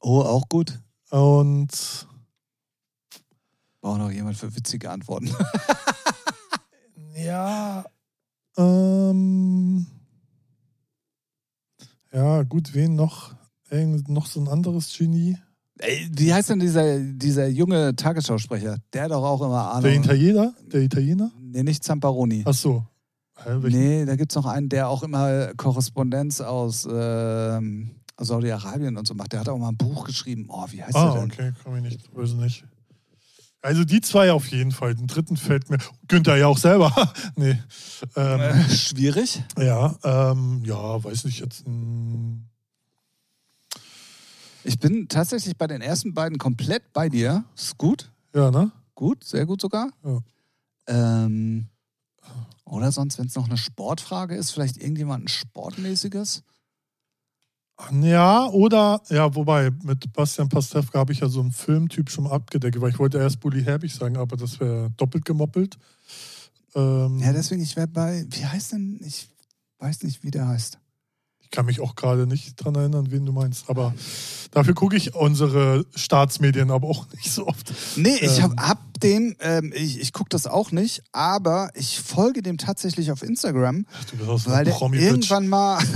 Oh, auch gut.
und
Braucht noch jemand für witzige Antworten.
ja, ähm, ja, gut, wen noch? Irgend, noch so ein anderes Genie?
Ey, wie heißt denn dieser, dieser junge Tagesschausprecher? Der hat doch auch immer
Der
Ahnung.
Italiener? Der Italiener?
Nee, nicht Zamparoni.
Ach so. Hä, welchen-
Nee, da gibt es noch einen, der auch immer Korrespondenz aus ähm, aus Saudi-Arabien und so macht. Der hat auch mal ein Buch geschrieben. Oh, wie heißt
ah,
der denn?
okay, komm ich nicht, weiß ich nicht. Also die zwei auf jeden Fall. Den dritten fällt mir. Günther ja auch selber. nee. Ähm,
Äh, Schwierig.
Ja, ähm, ja, weiß nicht jetzt. hm,
Ich bin tatsächlich bei den ersten beiden komplett bei dir. Ist gut.
Ja, ne?
Gut, sehr gut sogar.
Ja.
Ähm, oder sonst, wenn es noch eine Sportfrage ist, vielleicht irgendjemand ein sportmäßiges?
Ja, oder, ja, wobei, mit Bastian Pastewka habe ich ja so einen Filmtyp schon abgedeckt, weil ich wollte erst Bully Herbig sagen, aber das wäre doppelt gemoppelt. Ähm,
Ja, deswegen, ich wäre bei, wie heißt denn, ich weiß nicht, wie der heißt.
ich kann mich auch gerade nicht dran erinnern, wen du meinst. Aber dafür gucke ich unsere Staatsmedien aber auch nicht so oft.
Nee, ich hab,
Ähm.
hab dem, ähm, ich, ich gucke das auch nicht, aber ich folge dem tatsächlich auf Instagram,
Du bist auch so
weil
ein
der
Promi-Bitch.
irgendwann mal.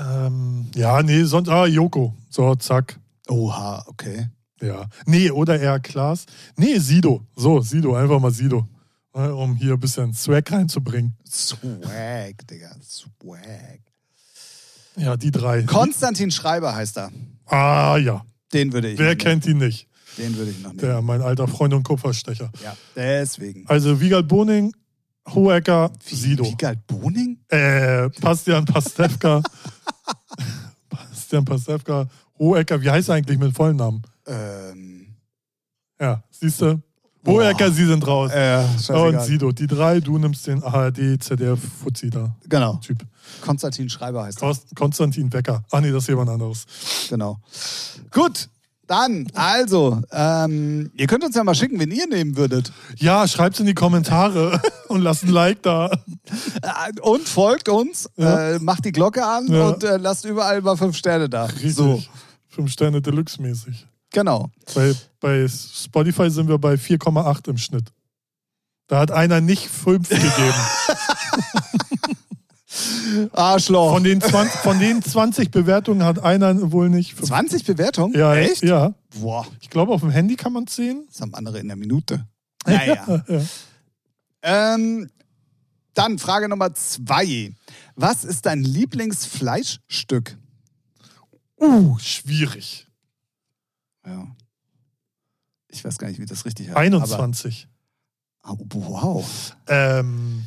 Ähm, ja, nee, sonst, ah, Joko. So, zack.
Oha, okay.
Ja. Nee, oder eher Klaas. Nee, Sido. So, Sido, einfach mal Sido. Ne, Um hier ein bisschen Swag reinzubringen.
Swag, Digga. Swag.
Ja, die drei.
Konstantin Schreiber heißt er.
ah, ja.
Den würde ich
Wer
noch
kennt ihn nicht?
Nehmen. Den würde ich noch nehmen.
Der, mein alter Freund und Kupferstecher.
Ja, deswegen.
Also, Wiegald Boning, Hohecker, Sido.
Wiegald Boning?
Äh, Bastian Pastewka. Bastian Pastewka, Hohecker, wie heißt er eigentlich mit vollen Namen?
Ähm,
Ja, siehst du? Hohecker, Sie sind raus.
äh,
und
scheißegal.
Sido, die drei, du nimmst den ARD, ZDF, Fuzzi da,
Genau.
Typ.
Konstantin Schreiber heißt er.
Kost- Konstantin Becker. Ah nee, das ist jemand anderes.
Genau. Gut. Dann, also, ähm, ihr könnt uns ja mal schicken, wen ihr nehmen würdet.
Ja, schreibt's in die Kommentare und lasst ein Like da.
Äh, Und folgt uns,
Ja.
äh, macht die Glocke an
Ja.
und äh, lasst überall mal fünf Sterne da.
Richtig.
So,
Fünf Sterne Deluxe mäßig.
genau.
Bei, bei Spotify sind wir bei 4,8 im Schnitt. Da hat einer nicht fünf gegeben.
Arschloch.
Von den, 20, von den 20 Bewertungen hat einer wohl nicht. fünf-
20 Bewertungen?
ja,
Echt?
Ja.
Boah,
Ich glaube, auf dem Handy kann man es sehen.
das haben andere in der Minute. Naja.
Ja.
ähm, dann Frage Nummer zwei. Was ist dein Lieblingsfleischstück?
Uh, schwierig.
Ja. Ich weiß gar nicht, wie das richtig heißt. aber-
21.
Ah, wow.
Ähm,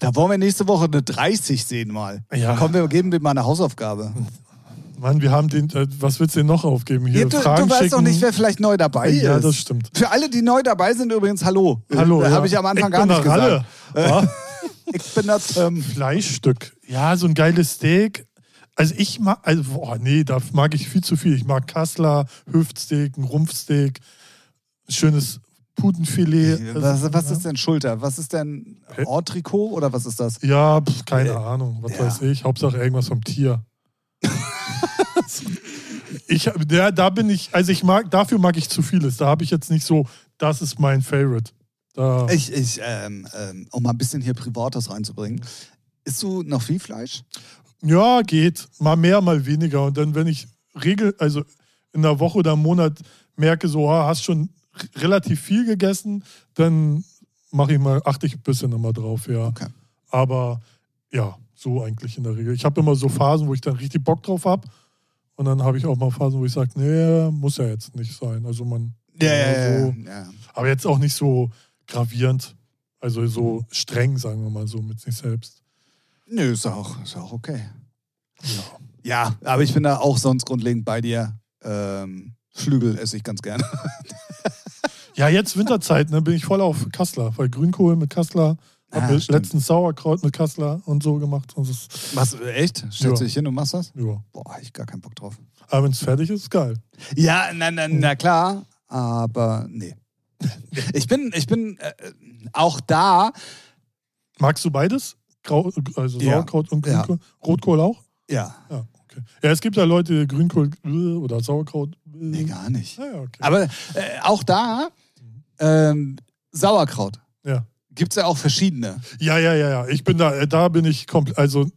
Da wollen wir nächste Woche eine 30 sehen mal.
Ja.
Komm, wir geben dir mal eine Hausaufgabe.
Mann, wir haben den. Äh, was willst du denn noch aufgeben hier?
Ja, du,
Fragen
du weißt
schicken.
doch nicht, wer vielleicht neu dabei ist.
Ja, das stimmt.
Für alle, die neu dabei sind, übrigens, hallo.
Hallo.
Da
ja.
habe Äh, ich am Anfang
ich
gar
bin
nicht
der Ralle.
gesagt. Äh, Ich bin das. Ähm,
Fleischstück. Ja, so ein geiles Steak. Also ich mag, also boah, nee, da mag ich viel zu viel. Ich mag Kassler, Hüftsteak, ein Rumpfsteak, schönes Putenfilet.
Äh,
Also, ne?
was, was ist denn Schulter? Was ist denn Ortrikot oder was ist das?
Ja, pf, keine Ahnung, was
Äh, ja.
weiß ich. Hauptsache irgendwas vom Tier. ich, hab- ja, da bin ich, also ich mag, dafür mag ich zu vieles. Da habe ich jetzt nicht so, das ist mein Favorite. Da,
Ich, ich ähm, ähm, um mal ein bisschen hier Privates reinzubringen. Isst du noch viel Fleisch?
ja, geht. Mal mehr, mal weniger. Und dann, wenn ich regel, also in der Woche oder im Monat merke, so, ah, hast schon r- relativ viel gegessen, dann mache ich mal, achte ich ein bisschen immer drauf, ja.
Okay.
Aber ja, so eigentlich in der Regel. Ich habe immer so Phasen, wo ich dann richtig Bock drauf habe. Und dann habe ich auch mal Phasen, wo ich sage, nee, muss ja jetzt nicht sein. Also man. so.
Äh, ja.
Aber jetzt auch nicht so gravierend. Also so streng, sagen wir mal so, mit sich selbst.
Nö, ist auch, ist auch okay.
Ja.
Ja, aber ich bin da auch sonst grundlegend bei dir. Ähm, Flügel esse ich ganz gerne.
Ja, jetzt Winterzeit, ne, bin ich voll auf Kassler, weil Grünkohl mit Kassler,
Ah,
habe
stimmt.
letztens Sauerkraut mit Kassler und so gemacht. Und das, ist-
Was, echt? Stellst du
Ja.
dich hin und machst das?
ja.
Boah, ich gar keinen Bock drauf.
Aber wenn es fertig ist, ist geil.
Ja, na, na, na klar, aber nee. Ich bin, ich bin äh, auch da.
Magst du beides? Grau, also
Ja.
Sauerkraut und
Ja.
Grünkohl? Rotkohl auch?
Ja,
Ja, okay. Ja, es gibt ja Leute, die Grünkohl äh, oder Sauerkraut. äh.
nee, gar nicht.
Ah, ja, okay.
Aber äh, auch da, ähm, Sauerkraut.
Ja.
Gibt es ja auch verschiedene.
ja, ja, ja, ja. Ich bin da, äh, da bin ich komplett, also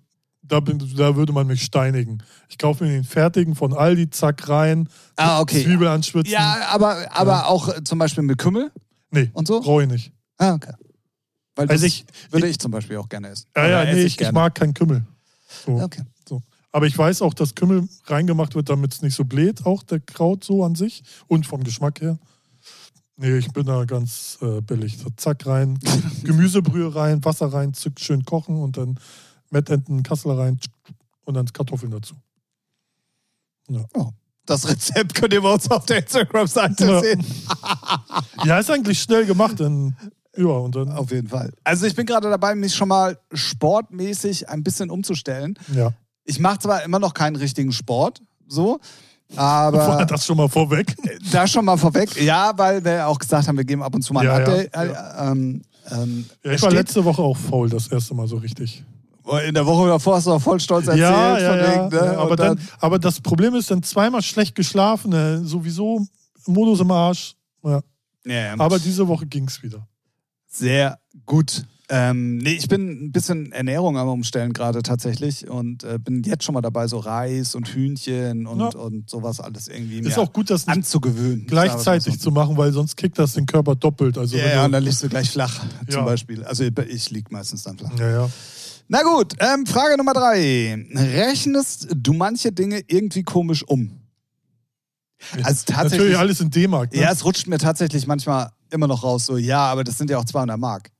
da, bin, da würde man mich steinigen. Ich kaufe mir den fertigen von Aldi, zack rein,
Ah, okay.
Zwiebel anschwitzen.
Ja, aber, aber auch äh, zum Beispiel mit Kümmel
Nee,
und so.
brauche ich nicht.
Ah, okay. Weil das
Also ich-
würde ich zum Beispiel auch gerne essen.
Ja,
Oder
ja,
esse
nee, ich, ich
gerne.
mag keinen Kümmel. So.
Okay.
So. Aber ich weiß auch, dass Kümmel reingemacht wird, damit es nicht so bläht, auch der Kraut so an sich und vom Geschmack her. Nee, ich bin da ganz äh, billig. So, zack rein, Gemüsebrühe rein, Wasser rein, zick, schön kochen und dann Mettenten, Kassler rein tsch, tsch, und dann Kartoffeln dazu.
Das Rezept könnt ihr bei uns auf der Instagram-Seite
Ja.
sehen.
Ja, ist eigentlich schnell gemacht. Dann, ja, und dann,
Auf jeden Fall. Also ich bin gerade dabei, mich schon mal sportmäßig ein bisschen umzustellen.
ja.
Ich mache zwar immer noch keinen richtigen Sport, so,
War
aber
das schon mal vorweg?
da schon mal vorweg. Ja, weil wir ja auch gesagt haben, wir geben ab und zu mal ein
Ja, ja,
Update. äh, Ähm, ähm,
Ja, ich
es
war
steht-
letzte Woche auch faul, das erste Mal so richtig.
In der Woche davor hast du auch voll stolz erzählt.
Ja,
von
ja,
wegen, ne?
ja, aber,
Und
dann, aber das Problem ist dann zweimal schlecht geschlafen, äh, sowieso Modus im Arsch. Ja.
Ja,
Aber diese Woche ging es wieder.
sehr gut. Ähm, nee, ich bin ein bisschen Ernährung am Umstellen gerade tatsächlich und äh, bin jetzt schon mal dabei, so Reis und Hühnchen und,
Ja.
und sowas alles irgendwie
Ist
mir
auch gut, das nicht
anzugewöhnen.
gleichzeitig zu machen, weil sonst kickt das den Körper doppelt. Also
Ja,
wenn
ja,
du,
und dann liegst du gleich flach
Ja.
zum Beispiel. Also ich lieg meistens dann flach.
ja, ja.
Na gut, ähm, Frage Nummer drei. Rechnest du manche Dinge irgendwie komisch um? Also tatsächlich.
Natürlich alles in D-Mark. Ne?
Ja, es rutscht mir tatsächlich manchmal immer noch raus, so, ja, aber das sind ja auch 200 Mark.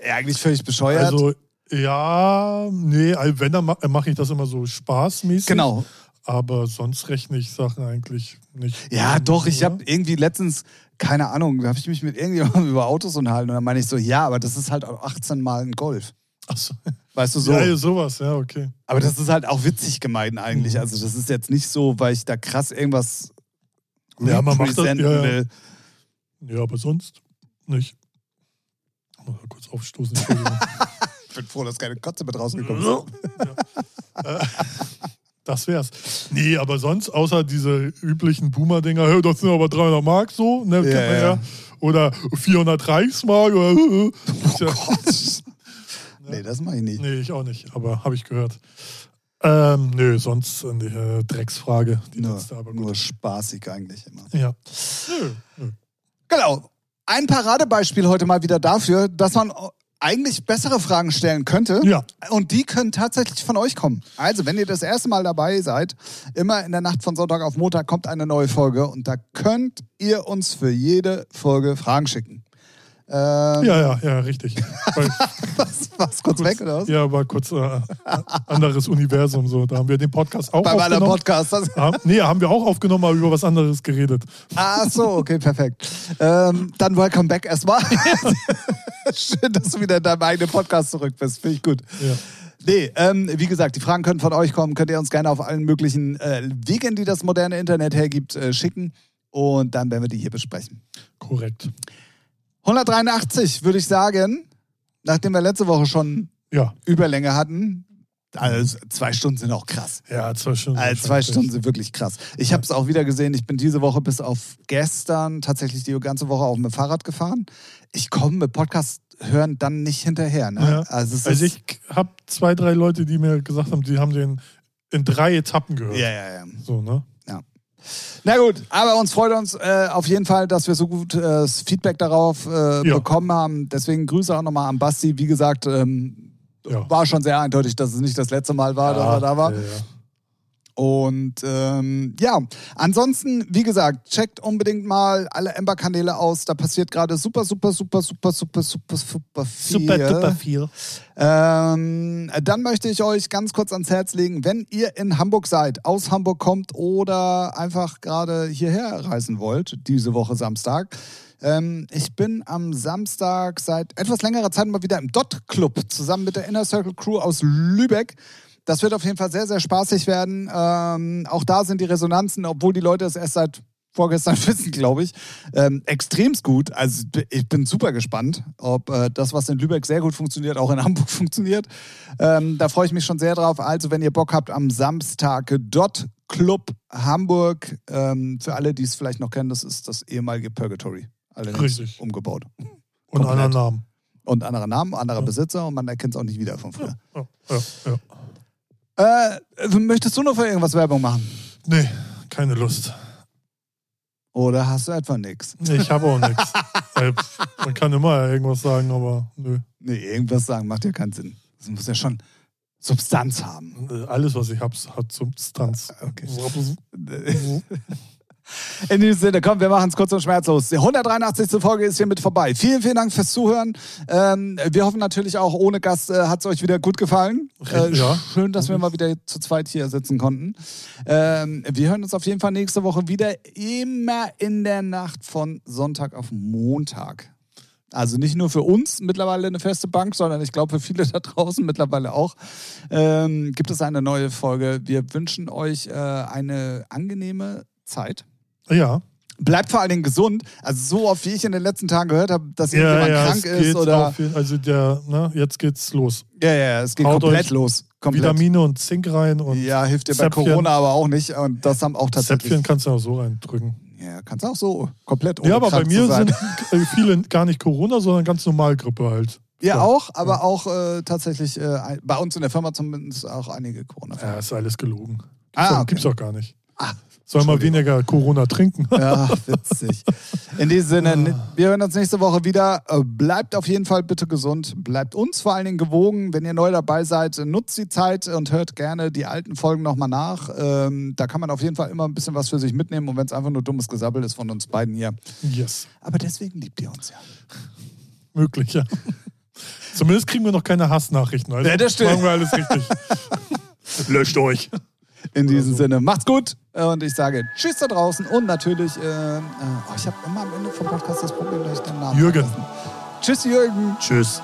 Äh, Eigentlich völlig bescheuert.
also ja, nee, also wenn, dann mache mach ich das immer so spaßmäßig.
genau.
Aber sonst rechne ich Sachen eigentlich nicht.
Ja,
Ähm,
doch, ich
oder?
habe irgendwie letztens, keine Ahnung, da habe ich mich mit irgendjemandem über Autos unterhalten und dann meine ich so, ja, aber das ist halt auch 18 Mal ein Golf.
Ach so.
Weißt du so?
Ja, ja, sowas, ja, okay.
Aber das ist halt auch witzig gemeint eigentlich.
Mhm.
Also das ist jetzt nicht so, weil ich da krass irgendwas
Ja, man macht das-
representen
ja, ja.
will.
Ja, aber sonst nicht. Mal kurz aufstoßen. Entschuldigung.
Ich bin froh, dass keine Kotze mit rausgekommen ist.
ja. Äh, Das wär's. Nee, aber sonst, außer diese üblichen Boomer-Dinger, "Hey, das sind aber 300 Mark so, ne, kennt man
ja. Oh
ja. oder 400 Reichsmark. Oder, äh, äh. Ist ja-
Gott. Nee, das mache ich nicht.
nee, ich auch nicht, aber habe ich gehört. Ähm, nö, sonst äh, die äh, Drecksfrage, die
Nur,
letzte, aber gut.
nur spaßig eigentlich immer.
Ja. Nö, nö.
Genau. Ein Paradebeispiel heute mal wieder dafür, dass man eigentlich bessere Fragen stellen könnte.
Ja.
Und die können tatsächlich von euch kommen. Also, wenn ihr das erste Mal dabei seid, immer in der Nacht von Sonntag auf Montag kommt eine neue Folge und da könnt ihr uns für jede Folge Fragen schicken. Ähm,
Ja, ja, ja, richtig. Weil,
Was, was kurz weg oder was?
ja, war kurz äh, anderes Universum so. Da haben wir den Podcast auch
Beim anderen
aufgenommen.
Podcast. Also, Das,
Haben, nee, haben wir auch aufgenommen, aber über was anderes geredet.
ah, so, okay, perfekt. Ähm, dann welcome back erstmal. Schön, dass du wieder in deinem eigenen Podcast zurück bist. Finde ich gut.
Ja.
Nee, ähm, wie gesagt, die Fragen können von euch kommen. Könnt ihr uns gerne auf allen möglichen äh, Wegen, die das moderne Internet hergibt, äh, schicken. Und dann werden wir die hier besprechen.
Korrekt.
183 würde ich sagen, nachdem wir letzte Woche schon
Ja.
Überlänge hatten. Also zwei Stunden sind auch krass.
Ja, zwei Stunden.
Also zwei Stunden sind wirklich krass. Ich habe es auch wieder gesehen. Ich bin diese Woche bis auf gestern tatsächlich die ganze Woche auch mit dem Fahrrad gefahren. Ich komme mit Podcast hören dann nicht hinterher. Ne?
Ja.
Also, es
Also
ist,
ich habe zwei, drei Leute, die mir gesagt haben, die haben den in drei Etappen gehört.
ja, ja, ja.
So, ne?
Na gut, aber uns freut uns äh, auf jeden Fall, dass wir so gut äh, das Feedback darauf äh,
Ja.
bekommen haben. Deswegen Grüße auch nochmal an Basti. Wie gesagt, ähm,
Ja.
war schon sehr eindeutig, dass es nicht das letzte Mal war, dass er da war.
Ja, äh. ja.
Und ähm, ja, ansonsten, wie gesagt, checkt unbedingt mal alle Ember-Kanäle aus. Da passiert gerade super, super, super, super, super, super, super viel.
Super, super viel.
Ähm, dann möchte ich euch ganz kurz ans Herz legen, wenn ihr in Hamburg seid, aus Hamburg kommt oder einfach gerade hierher reisen wollt, diese Woche Samstag. Ähm, ich bin am Samstag seit etwas längerer Zeit mal wieder im Dot Club zusammen mit der Inner Circle Crew aus Lübeck. Das wird auf jeden Fall sehr, sehr spaßig werden. Ähm, auch da sind die Resonanzen, obwohl die Leute es erst seit vorgestern wissen, glaube ich, ähm, extremst gut. Also ich bin super gespannt, ob äh, das, was in Lübeck sehr gut funktioniert, auch in Hamburg funktioniert. Ähm, da freue ich mich schon sehr drauf. Also wenn ihr Bock habt, am Samstag dot Club Hamburg. Ähm, für alle, die es vielleicht noch kennen, das ist das ehemalige Purgatory. Allerdings
Richtig.
umgebaut.
Und
Komplett.
anderen Namen.
Und anderer Name, anderer
Ja.
Besitzer und man erkennt es auch nicht wieder von früher.
Ja, ja, ja.
Äh, möchtest du noch für irgendwas Werbung machen?
Nee, keine Lust.
Oder hast du etwa nichts?
Nee, Ich habe auch nichts. Man kann immer irgendwas sagen, aber nö.
Nee, irgendwas sagen macht ja keinen Sinn. Das muss ja schon Substanz haben.
Alles, was ich habe, hat Substanz.
Okay.
Bis
In diesem Sinne, komm, wir machen es kurz und schmerzlos. Die 183. Folge ist hiermit vorbei. Vielen, vielen Dank fürs Zuhören. Ähm, wir hoffen natürlich auch, ohne Gast äh, hat es euch wieder gut gefallen. Äh,
Ja.
Schön, dass wir mal wieder zu zweit hier sitzen konnten. Ähm, wir hören uns auf jeden Fall nächste Woche wieder, immer in der Nacht von Sonntag auf Montag. Also nicht nur für uns mittlerweile eine feste Bank, sondern ich glaube für viele da draußen mittlerweile auch, ähm, gibt es eine neue Folge. Wir wünschen euch äh, eine angenehme Zeit.
Ja,
Bleibt vor allen Dingen gesund. Also so oft, wie ich in den letzten Tagen gehört habe, dass
Ja,
irgendjemand
ja, es
krank
geht
ist oder...
auf jeden- also der, ne, jetzt geht's los.
Ja, ja, es geht
Haut
komplett
euch
los. Komplett.
Vitamine und Zink rein und
Ja, hilft dir bei
Zäpfchen.
Corona aber auch nicht. Und das haben auch tatsächlich...
Zäpfchen kannst du auch so reindrücken.
Ja, kannst auch so komplett ohne
Ja, aber bei
krank zu
mir
sein.
sind äh, viele gar nicht Corona, sondern ganz normal Grippe halt.
Ja,
Ja.
auch, aber auch äh, tatsächlich äh, ein- bei uns in der Firma zumindest auch einige Corona-Fälle.
Ja, ist alles gelogen. Gibt's,
Ah,
auch,
okay.
gibt's auch gar nicht.
Ah,
Soll mal weniger Corona trinken.
Ja, witzig. In diesem Sinne, wir hören uns nächste Woche wieder. Äh, Bleibt auf jeden Fall bitte gesund. Bleibt uns vor allen Dingen gewogen. Wenn ihr neu dabei seid, nutzt die Zeit und hört gerne die alten Folgen nochmal nach. Ähm, da kann man auf jeden Fall immer ein bisschen was für sich mitnehmen. Und wenn es einfach nur dummes Gesabbel ist von uns beiden hier.
yes,
Aber deswegen liebt ihr uns ja.
möglich, ja. Zumindest kriegen wir noch keine Hassnachrichten. Also
Ja, das stimmt.
Machen wir alles richtig. Löscht euch.
In diesem Sinne, macht's gut. Äh, Und ich sage Tschüss da draußen. Und natürlich, äh, äh, oh, ich habe immer am Ende vom Podcast das Problem, dass ich den Namen
Jürgen.
vergesse. Tschüss, Jürgen.
Tschüss.